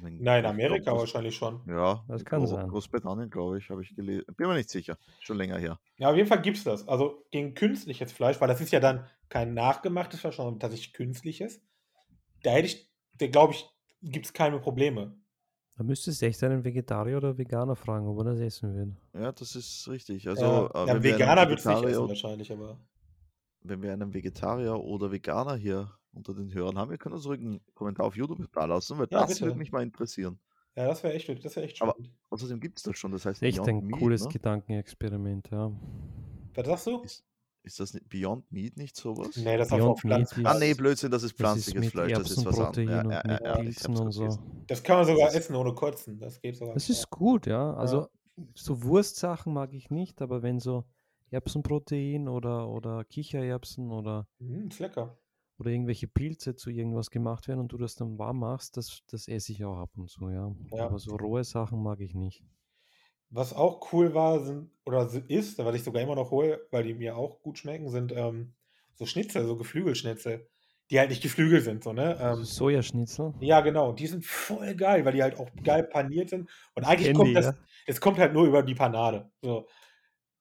[SPEAKER 1] Mein
[SPEAKER 2] Nein,
[SPEAKER 1] Gott, ich glaub,
[SPEAKER 2] Amerika
[SPEAKER 1] das-
[SPEAKER 2] wahrscheinlich schon.
[SPEAKER 1] Ja,
[SPEAKER 3] Das
[SPEAKER 1] in
[SPEAKER 3] kann
[SPEAKER 1] Gro-
[SPEAKER 3] sein.
[SPEAKER 1] Großbritannien, glaube ich, habe ich gelesen. Bin mir nicht sicher. Schon länger her.
[SPEAKER 2] Ja, auf jeden Fall gibt es das. Also gegen künstliches Fleisch, weil das ist ja dann kein nachgemachtes Fleisch, sondern tatsächlich künstliches. Da hätte ich, da glaube ich, gibt es keine Probleme.
[SPEAKER 3] Da müsstest du echt einen Vegetarier oder Veganer fragen, ob er das essen will.
[SPEAKER 1] Ja, das ist richtig. Also,
[SPEAKER 2] ja,
[SPEAKER 1] äh,
[SPEAKER 2] ja,
[SPEAKER 1] wenn, wir
[SPEAKER 2] Veganer
[SPEAKER 1] einen
[SPEAKER 2] wird es nicht
[SPEAKER 1] Vegetarier,
[SPEAKER 2] essen wahrscheinlich, aber.
[SPEAKER 1] wenn wir einen Vegetarier oder Veganer hier unter den Hörern haben, wir können uns ruhig einen Kommentar auf YouTube da lassen, weil
[SPEAKER 2] Ja,
[SPEAKER 1] das
[SPEAKER 2] bitte.
[SPEAKER 1] würde mich mal interessieren.
[SPEAKER 2] Ja, das wäre echt, das wäre echt
[SPEAKER 1] Aber-
[SPEAKER 2] spannend.
[SPEAKER 1] Außerdem gibt es das schon, das heißt
[SPEAKER 3] Ist echt
[SPEAKER 1] Beyond
[SPEAKER 3] ein
[SPEAKER 1] Meat,
[SPEAKER 3] cooles
[SPEAKER 1] ne?
[SPEAKER 3] Gedankenexperiment, ja.
[SPEAKER 2] Was sagst du?
[SPEAKER 1] Ist- Ist das nicht Beyond Meat nicht sowas?
[SPEAKER 2] Nee, das war
[SPEAKER 3] Beyond
[SPEAKER 2] auch Pflanzen.
[SPEAKER 3] Meat
[SPEAKER 1] Ah, nee,
[SPEAKER 3] ist-
[SPEAKER 1] Blödsinn, das ist
[SPEAKER 3] Das ist
[SPEAKER 1] pflanzliches
[SPEAKER 3] mit
[SPEAKER 1] Fleisch, das ist was
[SPEAKER 3] Erbsenprotein
[SPEAKER 1] anderes. Ja,
[SPEAKER 3] und
[SPEAKER 1] ja,
[SPEAKER 3] mit
[SPEAKER 1] ja, ja, ich
[SPEAKER 3] Pilzen
[SPEAKER 1] hab's
[SPEAKER 3] und so.
[SPEAKER 1] vergessen.
[SPEAKER 2] Das kann man sogar
[SPEAKER 1] Das ist-
[SPEAKER 2] essen ohne kotzen. Das geht sogar.
[SPEAKER 3] Das ist gut, ja. Also
[SPEAKER 2] Ja.
[SPEAKER 3] so Wurstsachen mag ich nicht, aber wenn so Erbsenprotein oder, oder Kichererbsen oder,
[SPEAKER 2] Hm, ist lecker.
[SPEAKER 3] oder irgendwelche Pilze zu irgendwas gemacht werden und du das dann warm machst, das, das esse ich auch ab und zu, ja.
[SPEAKER 2] Ja.
[SPEAKER 3] Aber so rohe Sachen mag ich nicht.
[SPEAKER 2] Was auch cool war, sind, oder si- ist, was ich sogar immer noch hole, weil die mir auch gut schmecken, sind ähm, so Schnitzel, so Geflügelschnitzel, die halt nicht Geflügel sind, so, ne?
[SPEAKER 3] Also
[SPEAKER 2] Ähm,
[SPEAKER 3] Sojaschnitzel.
[SPEAKER 2] ja, genau. Die sind voll geil, weil die halt auch geil paniert sind. Und eigentlich
[SPEAKER 3] kenn
[SPEAKER 2] kommt
[SPEAKER 3] die,
[SPEAKER 2] das,
[SPEAKER 3] ja.
[SPEAKER 2] es kommt halt nur über die Panade. So.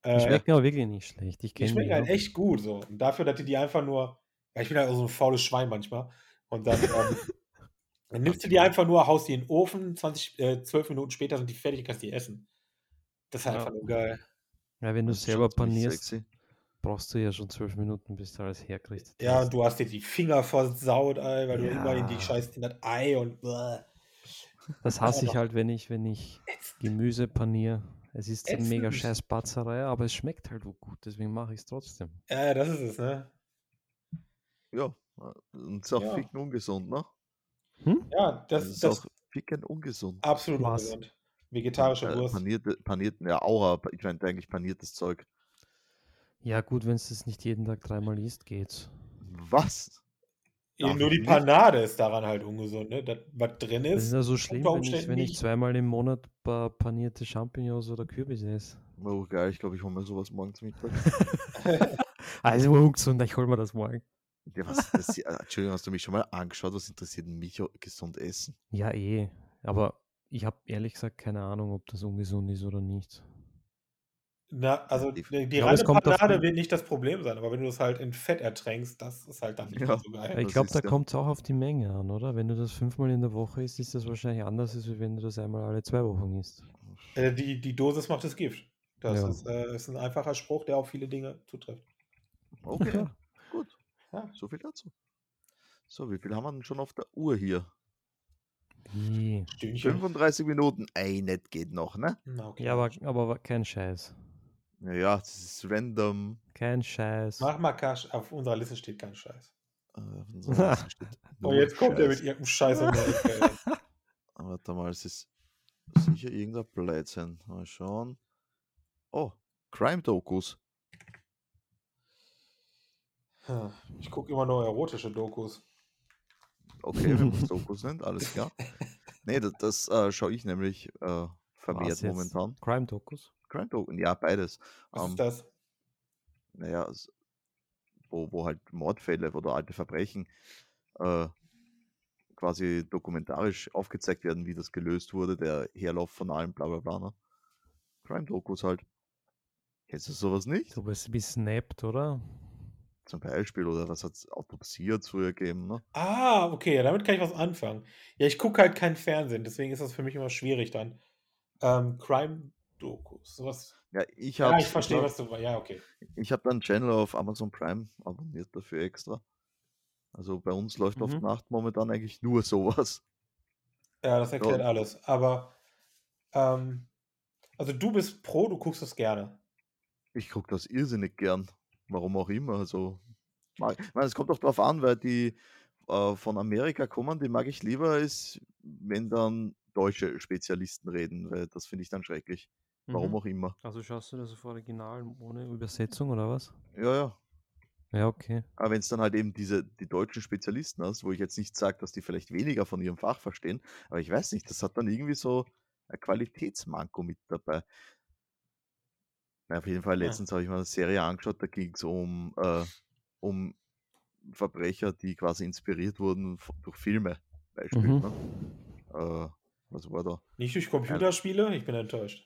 [SPEAKER 3] Die
[SPEAKER 2] Äh,
[SPEAKER 3] schmecken aber wirklich nicht schlecht.
[SPEAKER 2] die
[SPEAKER 3] Ich kenne die.
[SPEAKER 2] schmecken halt
[SPEAKER 3] ja.
[SPEAKER 2] echt gut so. Und dafür, dass die die einfach nur, ja, ich bin halt auch so ein faules Schwein manchmal. Und dann, ähm, dann nimmst du die einfach nur, haust die in den Ofen, 20, äh, 12 Minuten später sind die fertig, kannst die essen. Das ist halt
[SPEAKER 3] Ja.
[SPEAKER 2] einfach nur geil.
[SPEAKER 3] Ja, wenn du
[SPEAKER 1] Das ist schon
[SPEAKER 3] selber
[SPEAKER 1] ziemlich
[SPEAKER 3] panierst,
[SPEAKER 1] sexy.
[SPEAKER 3] brauchst du ja schon zwölf Minuten, bis du alles herkriegst.
[SPEAKER 2] Ja,
[SPEAKER 3] Das-
[SPEAKER 2] du hast dir die Finger versaut, ey, weil du immer in die
[SPEAKER 3] Ja.
[SPEAKER 2] Scheiße in das Ei und bäh.
[SPEAKER 3] Das hasse ich
[SPEAKER 2] aber-
[SPEAKER 3] halt, wenn ich, wenn ich
[SPEAKER 2] Ätzend.
[SPEAKER 3] Gemüse paniere. Es ist eine mega
[SPEAKER 2] Ätzend.
[SPEAKER 3] scheiß Batzerei, aber es schmeckt halt gut, deswegen mache ich es trotzdem.
[SPEAKER 2] Ja, ja, das ist es, ne?
[SPEAKER 1] Ja, und ist auch
[SPEAKER 2] Ja.
[SPEAKER 1] ficken ungesund, ne?
[SPEAKER 2] Ja, das,
[SPEAKER 1] ist
[SPEAKER 2] ist das
[SPEAKER 1] auch ficken ungesund.
[SPEAKER 2] absolut
[SPEAKER 3] Was?
[SPEAKER 2] ungesund. Vegetarische
[SPEAKER 1] äh,
[SPEAKER 2] Wurst.
[SPEAKER 1] Panierte, panierte, ja, Aura, ich meine eigentlich paniertes Zeug.
[SPEAKER 3] Ja, gut, wenn es das nicht jeden Tag dreimal isst, geht's.
[SPEAKER 1] Was?
[SPEAKER 2] Eben
[SPEAKER 1] Darf
[SPEAKER 2] nur
[SPEAKER 1] ich
[SPEAKER 2] die
[SPEAKER 1] nicht?
[SPEAKER 2] Panade ist daran halt ungesund, ne? Das, was drin
[SPEAKER 3] Das ist
[SPEAKER 2] ist.
[SPEAKER 3] ja so schlimm, wenn ich,
[SPEAKER 2] Umständen
[SPEAKER 3] wenn ich
[SPEAKER 2] nicht.
[SPEAKER 3] zweimal im Monat ein paar panierte Champignons oder Kürbisse esse.
[SPEAKER 1] Oh, geil, ich glaube, ich hole mir sowas morgen zum Mittag.
[SPEAKER 3] Also ungesund, ich hol mir das morgen.
[SPEAKER 1] ja, was, das, äh, Entschuldigung, hast du mich schon mal angeschaut? Was interessiert mich oh, gesund essen?
[SPEAKER 3] Ja, eh. Aber ich habe ehrlich gesagt keine Ahnung, ob das ungesund ist oder nicht.
[SPEAKER 2] Na, also
[SPEAKER 1] Ich
[SPEAKER 2] die, die
[SPEAKER 3] glaube,
[SPEAKER 2] reine
[SPEAKER 3] es kommt drauf
[SPEAKER 2] Panade
[SPEAKER 3] an.
[SPEAKER 2] wird nicht das Problem sein, aber wenn du es halt in Fett ertränkst, das ist halt dann nicht
[SPEAKER 1] Ja.
[SPEAKER 2] so
[SPEAKER 3] Ja,
[SPEAKER 2] geil.
[SPEAKER 1] Ey.
[SPEAKER 3] ich
[SPEAKER 1] das
[SPEAKER 3] glaube,
[SPEAKER 1] ist
[SPEAKER 3] da
[SPEAKER 1] ja-
[SPEAKER 3] kommt es auch auf die Menge an, oder? Wenn du das fünfmal in der Woche isst, ist das wahrscheinlich anders, als wenn du das einmal alle zwei Wochen isst.
[SPEAKER 2] Äh, die, die Dosis macht das Gift. Das
[SPEAKER 3] Ja.
[SPEAKER 2] ist, äh, ist ein einfacher Spruch, der auf viele Dinge zutrifft.
[SPEAKER 1] Okay,
[SPEAKER 3] Ja.
[SPEAKER 1] gut.
[SPEAKER 2] Ja.
[SPEAKER 1] So viel dazu. So, wie viel haben wir denn schon auf der Uhr hier?
[SPEAKER 3] Wie?
[SPEAKER 2] Stündchen.
[SPEAKER 1] 35 Minuten. Ey, nett geht noch, ne?
[SPEAKER 2] Na, okay.
[SPEAKER 3] Ja, aber, aber aber kein Scheiß.
[SPEAKER 1] Naja, das ist random.
[SPEAKER 3] Kein Scheiß.
[SPEAKER 2] Mach mal Cash. Auf unserer Liste steht kein Scheiß.
[SPEAKER 1] Äh, auf unserer
[SPEAKER 2] *laughs*
[SPEAKER 1] Liste steht
[SPEAKER 2] Und
[SPEAKER 1] nur
[SPEAKER 2] jetzt kommt er mit
[SPEAKER 1] Scheiß.
[SPEAKER 2] irgendeinem Scheiß. um die Ecke.
[SPEAKER 1] Ah, Warte mal, es ist sicher irgendein Blödsinn. Mal schauen. Oh, Crime-Dokus.
[SPEAKER 2] Hm. ich gucke immer nur erotische Dokus.
[SPEAKER 1] Okay, wenn
[SPEAKER 2] *laughs*
[SPEAKER 1] man Dokus nennt, alles klar. Nee, das, das äh, schaue ich nämlich äh, vermehrt
[SPEAKER 3] jetzt?
[SPEAKER 1] momentan.
[SPEAKER 3] Crime-Dokus?
[SPEAKER 1] Crime-Dokus, ja, beides.
[SPEAKER 2] Was
[SPEAKER 1] Ähm,
[SPEAKER 2] ist das?
[SPEAKER 1] naja, s- wo, wo halt Mordfälle oder alte Verbrechen äh, quasi dokumentarisch aufgezeigt werden, wie das gelöst wurde, der Herlauf von allem, bla bla bla. Ne? Crime-Dokus halt. Kennst du sowas nicht?
[SPEAKER 3] Du bist wie snapped, oder?
[SPEAKER 1] Zum Beispiel, oder was hat es Autopsie früher gegeben, ne?
[SPEAKER 2] Ah, okay, ja, damit kann ich was anfangen. Ja, ich gucke halt kein Fernsehen, deswegen ist das für mich immer schwierig dann. Ähm, Crime-Dokus, sowas.
[SPEAKER 1] Ja, ich
[SPEAKER 2] Ja,
[SPEAKER 1] habe
[SPEAKER 2] ich verstehe, was du. Ja, okay.
[SPEAKER 1] ich hab dann Channel auf Amazon Prime abonniert dafür extra. Also bei uns läuft auf
[SPEAKER 3] Mhm.
[SPEAKER 1] Nacht momentan eigentlich nur *laughs* sowas.
[SPEAKER 2] Ja, das erklärt
[SPEAKER 1] So.
[SPEAKER 2] alles. Aber, ähm, also du bist pro, du guckst das gerne.
[SPEAKER 1] Ich gucke das irrsinnig gern. Warum auch immer. Also, mag, ich meine, es kommt auch drauf an, weil die äh, von Amerika kommen, die mag ich lieber, ist, wenn dann deutsche Spezialisten reden, weil das finde ich dann schrecklich. Warum auch immer.
[SPEAKER 3] Also schaust du das auf Original ohne Übersetzung oder was?
[SPEAKER 1] Ja, ja.
[SPEAKER 3] Ja, okay.
[SPEAKER 1] Aber wenn es dann halt eben diese, die deutschen Spezialisten hast, wo ich jetzt nicht sage, dass die vielleicht weniger von ihrem Fach verstehen, aber ich weiß nicht, das hat dann irgendwie so ein Qualitätsmanko mit dabei. Na, auf jeden Fall,
[SPEAKER 2] Ja.
[SPEAKER 1] letztens habe ich mal eine Serie angeschaut, da ging es um, äh, um Verbrecher, die quasi inspiriert wurden f- durch Filme. Beispiel,
[SPEAKER 3] Mhm.
[SPEAKER 1] ne? äh, was war da?
[SPEAKER 2] Nicht durch Computerspiele, ich bin enttäuscht.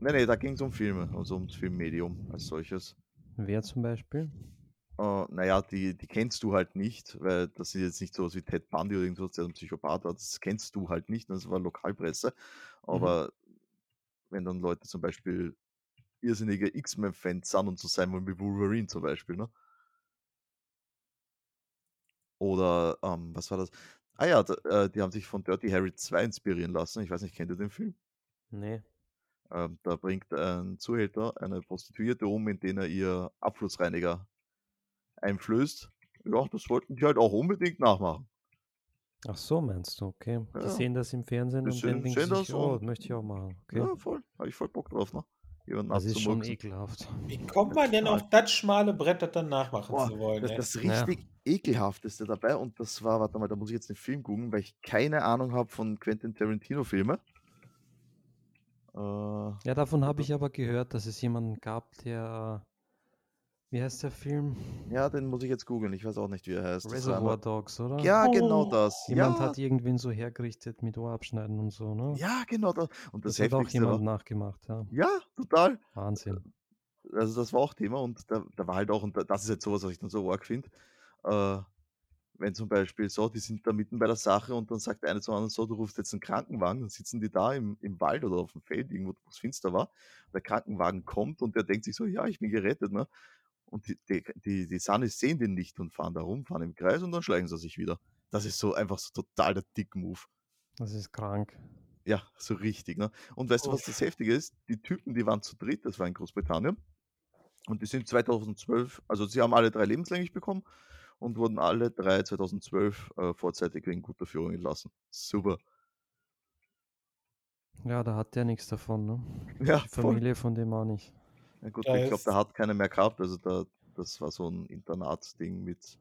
[SPEAKER 1] Nee, nee, da ging es um Filme, also ums Filmmedium als solches.
[SPEAKER 3] Wer zum Beispiel?
[SPEAKER 1] äh, naja, die, die kennst du halt nicht, weil das ist jetzt nicht sowas wie Ted Bundy oder irgendwas, der ein Psychopath war, das kennst du halt nicht, das war Lokalpresse. Aber wenn dann Leute zum Beispiel irrsinnige X-Men-Fans sind und so sein wollen wie Wolverine zum Beispiel, ne? Oder, ähm, was war das? Ah ja, da, äh, die haben sich von Dirty Harry 2 inspirieren lassen. Ich weiß nicht, kennt ihr den Film?
[SPEAKER 3] Nee.
[SPEAKER 1] Ähm, da bringt ein Zuhälter eine Prostituierte um, indem er ihr Abflussreiniger einflößt. Ja, das wollten die halt auch unbedingt nachmachen.
[SPEAKER 3] Ach so, meinst du, okay. Die
[SPEAKER 1] Ja.
[SPEAKER 3] sehen das im Fernsehen
[SPEAKER 1] Die
[SPEAKER 3] und dann
[SPEAKER 1] sehen-
[SPEAKER 3] denken
[SPEAKER 1] sehen
[SPEAKER 3] sie sich,
[SPEAKER 1] das
[SPEAKER 3] oh,
[SPEAKER 1] und-
[SPEAKER 3] das möchte ich auch machen. Okay.
[SPEAKER 1] Ja, voll. Habe ich voll Bock drauf, ne? Jemanden
[SPEAKER 3] das ist schon
[SPEAKER 1] abzumurksen.
[SPEAKER 3] ekelhaft.
[SPEAKER 2] Wie kommt man denn auf das schmale Brett, das dann nachmachen
[SPEAKER 1] Boah,
[SPEAKER 2] zu wollen?
[SPEAKER 1] Das,
[SPEAKER 2] ey?
[SPEAKER 1] das
[SPEAKER 3] ne? Ja.
[SPEAKER 1] richtig ekelhafteste dabei, und das war, warte mal, da muss ich jetzt den Film gucken, weil ich keine Ahnung habe von Quentin Tarantino-Filme. Äh,
[SPEAKER 3] Ja, davon habe ich aber gehört, dass es jemanden gab, der. Wie heißt der Film?
[SPEAKER 1] ja, den muss ich jetzt googeln. Ich weiß auch nicht, wie er heißt. Das war
[SPEAKER 3] Reservoir
[SPEAKER 1] einer-
[SPEAKER 3] Dogs, oder?
[SPEAKER 1] Ja, genau
[SPEAKER 2] Oh.
[SPEAKER 1] das.
[SPEAKER 3] Jemand
[SPEAKER 1] ja,
[SPEAKER 3] hat irgendwen so hergerichtet mit Ohr abschneiden und so, ne?
[SPEAKER 1] ja, genau das. Und das,
[SPEAKER 3] das hat auch
[SPEAKER 1] Heftigste war-
[SPEAKER 3] jemand nachgemacht, ja.
[SPEAKER 1] Ja, total.
[SPEAKER 3] Wahnsinn.
[SPEAKER 1] also das war auch Thema und da, da war halt auch, und da- das ist jetzt sowas, was ich dann so arg finde, äh, wenn zum Beispiel so, die sind da mitten bei der Sache und dann sagt der eine zum anderen so, du rufst jetzt einen Krankenwagen, dann sitzen die da im, im Wald oder auf dem Feld, irgendwo, wo es finster war, der Krankenwagen kommt und der denkt sich so, ja, ich bin gerettet, ne? Und die, die, die, die Sanis sehen den nicht und fahren da rum, fahren im Kreis und dann schleichen sie sich wieder. Das ist so einfach so total der Dick-Move.
[SPEAKER 3] Das ist krank.
[SPEAKER 1] Ja, so richtig. Ne? Und weißt du, was
[SPEAKER 2] Uff.
[SPEAKER 1] das Heftige ist? Die Typen, die waren zu dritt, das war in Großbritannien. Und die sind 2012, also sie haben alle drei lebenslänglich bekommen und wurden alle drei 2012 äh, vorzeitig wegen guter Führung entlassen. Super. *laughs*
[SPEAKER 3] Ja, da hat der nichts davon, ne?
[SPEAKER 1] Ja,
[SPEAKER 3] Die
[SPEAKER 1] voll.
[SPEAKER 3] Familie von dem auch nicht.
[SPEAKER 1] Ja, gut,
[SPEAKER 2] Da
[SPEAKER 1] ich glaube,
[SPEAKER 2] ist-
[SPEAKER 1] da hat keiner mehr gehabt. Also da, das war so ein Internatsding mit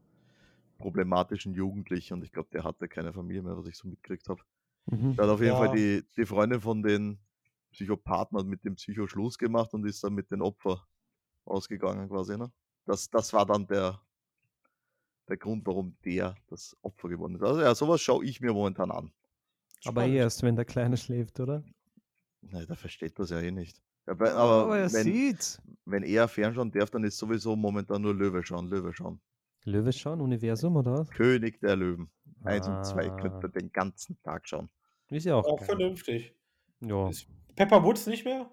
[SPEAKER 1] problematischen Jugendlichen und ich glaube, der hatte keine Familie mehr, was ich so mitgekriegt habe.
[SPEAKER 3] Mhm.
[SPEAKER 1] Da hat auf jeden
[SPEAKER 2] Ja.
[SPEAKER 1] Fall die, die Freundin von den Psychopathen hat mit dem Psycho Schluss gemacht und ist dann mit den Opfer ausgegangen quasi. Ne? Das, das war dann der, der Grund, warum der das Opfer geworden ist. Also ja, sowas schaue ich mir momentan an.
[SPEAKER 3] Aber eh
[SPEAKER 2] Spannend.
[SPEAKER 3] erst, wenn der Kleine schläft, oder?
[SPEAKER 1] Na, der versteht das ja eh nicht. Ja, weil- aber
[SPEAKER 3] er
[SPEAKER 1] wenn,
[SPEAKER 3] sieht's.
[SPEAKER 1] wenn er fernschauen darf, dann ist sowieso momentan nur Löwe schauen, Löwe schauen.
[SPEAKER 3] Löwe schauen, Universum, oder was?
[SPEAKER 1] König der Löwen. Eins und zwei
[SPEAKER 3] Ah,
[SPEAKER 1] könnt ihr den ganzen Tag schauen.
[SPEAKER 3] Ist ja auch.
[SPEAKER 2] Auch
[SPEAKER 3] geil.
[SPEAKER 2] vernünftig.
[SPEAKER 3] Ja. *laughs*
[SPEAKER 2] Ist- Pepper Woods nicht mehr?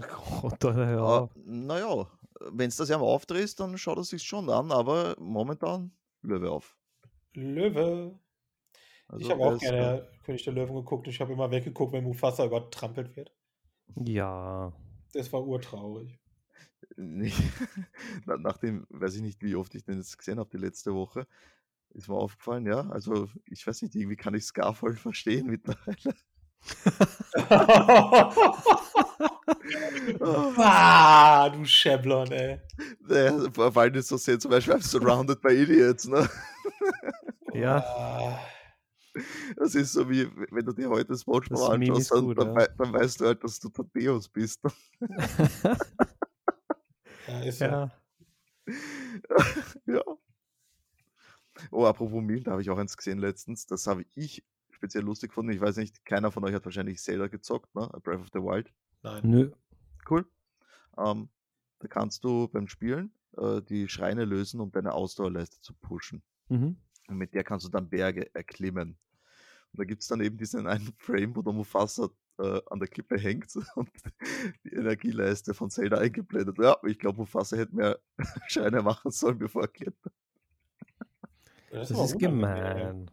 [SPEAKER 3] Gott, Alter, hör
[SPEAKER 1] Aber,
[SPEAKER 3] auf.
[SPEAKER 1] naja, wenn es das ja mal aufdrehst, dann schaut er sich schon an, aber momentan Löwe auf.
[SPEAKER 2] Löwe.
[SPEAKER 1] Also
[SPEAKER 2] ich habe
[SPEAKER 1] der
[SPEAKER 2] auch
[SPEAKER 1] ist,
[SPEAKER 2] gerne König der Löwen geguckt. Ich habe immer weggeguckt, wenn Mufasa übertrampelt wird.
[SPEAKER 3] Ja.
[SPEAKER 2] Das war urtraurig.
[SPEAKER 1] äh, *laughs* Nicht, Na- nachdem, weiß ich nicht, wie oft ich den jetzt gesehen habe, die letzte Woche, ist mir aufgefallen, ja. Also, ich weiß nicht, irgendwie kann ich Scar voll verstehen *laughs* mittlerweile.
[SPEAKER 2] ah, du Scheblon, ey.
[SPEAKER 1] Naja, vor allem ist so sehr zum Beispiel I'm Surrounded by Idiots, ne?
[SPEAKER 3] Ja.
[SPEAKER 2] Ah,
[SPEAKER 1] Das ist so wie, wenn du dir heute das Watchman
[SPEAKER 3] Das Meme
[SPEAKER 1] anschaust,
[SPEAKER 3] ist
[SPEAKER 1] dann,
[SPEAKER 3] gut,
[SPEAKER 1] dann,
[SPEAKER 3] ja.
[SPEAKER 1] wei- dann weißt du halt, dass du Tadeus bist.
[SPEAKER 2] ja, ist so.
[SPEAKER 3] ja.
[SPEAKER 1] ja. Oh, apropos Meme, da habe ich auch eins gesehen letztens. Das habe ich speziell lustig gefunden. Ich weiß nicht, keiner von euch hat wahrscheinlich Zelda gezockt, ne? Breath of the Wild.
[SPEAKER 2] Nein.
[SPEAKER 3] Nö.
[SPEAKER 1] Cool. Ähm, da kannst du beim Spielen äh, die Schreine lösen, um deine Ausdauerleiste zu pushen.
[SPEAKER 3] Mhm.
[SPEAKER 1] Und mit der kannst du dann Berge erklimmen. Und da gibt es dann eben diesen *laughs* einen Frame, wo der Mufasa äh, an der Klippe hängt *laughs* und die Energieleiste von Zelda eingeblendet. Ja, ich glaube, Mufasa hätte mehr *laughs* Scheine machen sollen, bevor er geht.
[SPEAKER 3] Das,
[SPEAKER 2] aber
[SPEAKER 3] ist
[SPEAKER 2] unangenehm, ey.
[SPEAKER 3] gemein.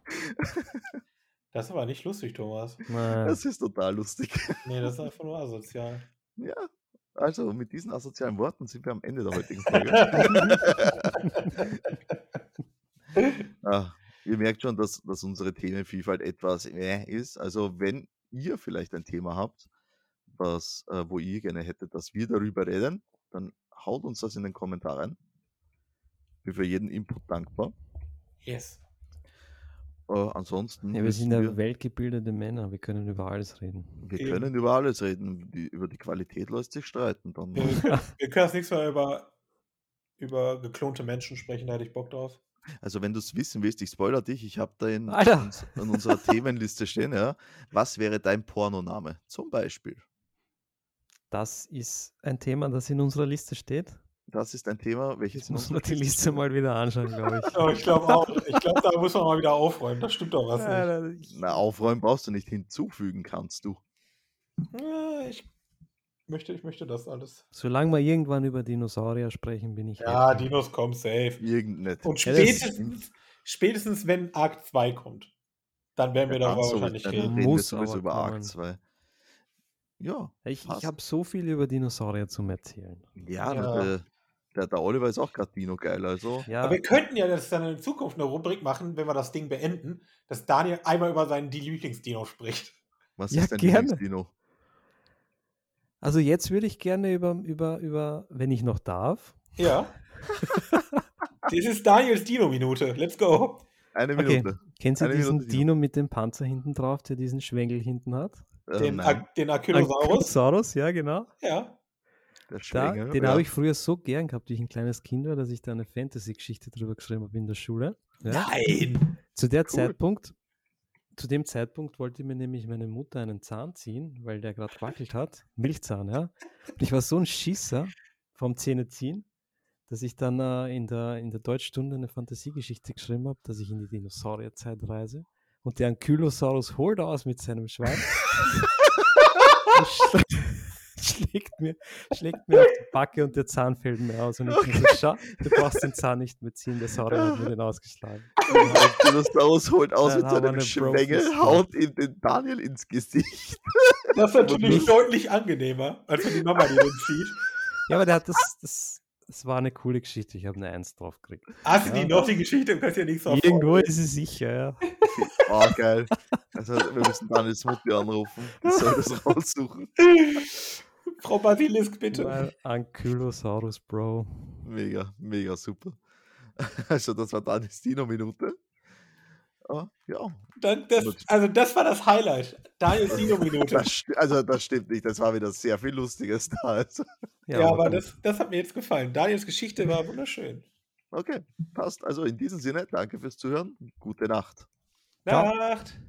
[SPEAKER 2] Das ist aber nicht lustig, Thomas.
[SPEAKER 3] Nein.
[SPEAKER 1] Das ist total lustig.
[SPEAKER 2] Nee, das ist einfach nur asozial.
[SPEAKER 1] Ja, also mit diesen asozialen Worten sind wir am Ende der heutigen
[SPEAKER 3] *laughs*
[SPEAKER 1] Folge. ah, ihr merkt schon, dass, dass unsere Themenvielfalt etwas äh ist. Also wenn ihr vielleicht ein Thema habt, was, äh, wo ihr gerne hättet, dass wir darüber reden, dann haut uns das in den Kommentaren. Bin für jeden Input dankbar.
[SPEAKER 2] Yes.
[SPEAKER 1] Äh, ansonsten,
[SPEAKER 3] Ja, wir
[SPEAKER 1] wissen
[SPEAKER 3] sind ja
[SPEAKER 1] wir,
[SPEAKER 3] weltgebildete Männer, wir können über alles reden.
[SPEAKER 1] wir
[SPEAKER 2] Eben.
[SPEAKER 1] können über alles reden. Die, über die Qualität lässt sich streiten. Dann
[SPEAKER 2] Wir, wir können wir können das nächste Mal über, über geklonte Menschen sprechen, da hätte ich Bock drauf.
[SPEAKER 1] Also, wenn du es wissen willst, ich spoiler dich, ich habe da
[SPEAKER 3] *laughs*
[SPEAKER 1] in,
[SPEAKER 3] Alter.
[SPEAKER 1] uns- in unserer Themenliste stehen, ja. Was wäre dein Pornoname? Zum Beispiel.
[SPEAKER 3] Das ist ein Thema, das in unserer Liste steht.
[SPEAKER 1] Das ist ein Thema, welches
[SPEAKER 3] Jetzt
[SPEAKER 1] in
[SPEAKER 3] muss man
[SPEAKER 1] unserer
[SPEAKER 3] die Liste
[SPEAKER 1] steht.
[SPEAKER 3] mal wieder anschauen, glaube
[SPEAKER 2] *laughs*
[SPEAKER 3] ich.
[SPEAKER 2] Ja, Oh, ich glaube auch. Ich glaube, da muss man mal wieder aufräumen. Da stimmt doch was nicht.
[SPEAKER 3] Alter, ich-
[SPEAKER 1] Na, aufräumen brauchst du nicht, hinzufügen kannst du.
[SPEAKER 2] Ja, ich, möchte, ich möchte das alles.
[SPEAKER 3] Solange wir irgendwann über Dinosaurier sprechen, bin ich.
[SPEAKER 2] Ja,
[SPEAKER 3] happy.
[SPEAKER 2] Dinos kommen safe.
[SPEAKER 1] Irgendnet.
[SPEAKER 2] Und
[SPEAKER 3] Ja, das-
[SPEAKER 2] spätestens, spätestens wenn Arc 2 kommt, dann werden wir darüber wahrscheinlich reden.
[SPEAKER 1] reden wir
[SPEAKER 3] Muss
[SPEAKER 1] sowieso
[SPEAKER 3] aber
[SPEAKER 1] über Arc
[SPEAKER 3] kommen.
[SPEAKER 1] 2. Ja,
[SPEAKER 3] Ich,
[SPEAKER 1] passt.
[SPEAKER 3] ich habe so viel über Dinosaurier zum Erzählen.
[SPEAKER 1] ja,
[SPEAKER 2] Ja.
[SPEAKER 1] na, Der, der, der Oliver ist auch gerade Dino-geil, also.
[SPEAKER 3] Ja,
[SPEAKER 2] Aber wir könnten ja das dann in Zukunft eine Rubrik machen, wenn wir das Ding beenden, dass Daniel einmal über seinen Die Lieblingsdino spricht.
[SPEAKER 1] Was
[SPEAKER 3] Ja,
[SPEAKER 1] ist dein
[SPEAKER 3] gerne.
[SPEAKER 1] Lieblings-Dino?
[SPEAKER 3] also jetzt würde ich gerne über, über, über, wenn ich noch darf.
[SPEAKER 2] Ja. das ist Daniels Dino-Minute. Let's go.
[SPEAKER 1] Eine
[SPEAKER 3] Okay.
[SPEAKER 1] Minute.
[SPEAKER 3] Kennst du
[SPEAKER 1] Eine
[SPEAKER 3] diesen
[SPEAKER 1] Minute Dino.
[SPEAKER 3] Dino mit dem Panzer hinten drauf, der diesen Schwengel hinten hat?
[SPEAKER 1] Äh,
[SPEAKER 2] Den,
[SPEAKER 1] nein,
[SPEAKER 2] Ar den Archaeosaurus.
[SPEAKER 3] Ankylosaurus, ja, genau.
[SPEAKER 2] Ja.
[SPEAKER 1] der
[SPEAKER 3] Da,
[SPEAKER 1] Schwengel.
[SPEAKER 3] den
[SPEAKER 1] ja.
[SPEAKER 3] habe ich früher so gern gehabt, wie ich ein kleines Kind war, dass ich da eine Fantasy-Geschichte drüber geschrieben habe in der Schule. Ja? *laughs*
[SPEAKER 2] Nein.
[SPEAKER 3] Zu der
[SPEAKER 1] cool.
[SPEAKER 3] Zeitpunkt, zu dem Zeitpunkt wollte mir nämlich meine Mutter einen Zahn ziehen, weil der gerade wackelt hat. Milchzahn, ja. Und ich war so ein Schisser vom Zähneziehen, dass ich dann äh, in, der, in der Deutschstunde eine Fantasiegeschichte geschrieben habe, dass ich in die Dinosaurierzeit reise und der Ankylosaurus holt aus mit seinem Schwein. und schl- *laughs* schlägt mir, schlägt mir auf die Backe und der Zahn fällt mir aus. Und ich bin so, schau, du brauchst den Zahn nicht mehr ziehen, der Saurier hat mir den ausgeschlagen.
[SPEAKER 1] Der Dinosaurus
[SPEAKER 3] *laughs*
[SPEAKER 1] holt aus
[SPEAKER 3] Dann
[SPEAKER 1] mit
[SPEAKER 3] haben wir
[SPEAKER 1] seinem
[SPEAKER 3] eine
[SPEAKER 1] Schwengel,
[SPEAKER 3] Brofist.
[SPEAKER 1] haut ihm den Daniel ins Gesicht.
[SPEAKER 2] Das ist natürlich
[SPEAKER 1] Wirklich?
[SPEAKER 2] deutlich angenehmer, als wenn die Mama die den zieht.
[SPEAKER 3] Ja, aber der hat das, das, das war eine coole Geschichte. Ich habe eine Eins drauf gekriegt.
[SPEAKER 2] Hast du
[SPEAKER 3] Ja.
[SPEAKER 2] die noch, die Geschichte? Du kannst ja nichts davon.
[SPEAKER 3] Irgendwo ist sie sicher, ja.
[SPEAKER 1] Oh, geil. Also, wir müssen Daniels Mutter anrufen. Ich soll das raussuchen.
[SPEAKER 2] Frau Basilisk, bitte.
[SPEAKER 3] Mein Ankylosaurus, Bro.
[SPEAKER 1] Mega, mega super. Also, das war dann die Dino-Minute. Ah, ja,
[SPEAKER 2] Dann, das, also, das war das Highlight. Daniel Dino-Minute.
[SPEAKER 1] das, st- also das stimmt nicht. Das war wieder sehr viel Lustiges da. Also,
[SPEAKER 2] Ja, aber
[SPEAKER 3] gut.
[SPEAKER 2] das, das hat mir jetzt gefallen. Daniels Geschichte war wunderschön.
[SPEAKER 1] okay, passt. Also in diesem Sinne, danke fürs Zuhören. Gute Nacht.
[SPEAKER 3] Ja.
[SPEAKER 2] Nacht.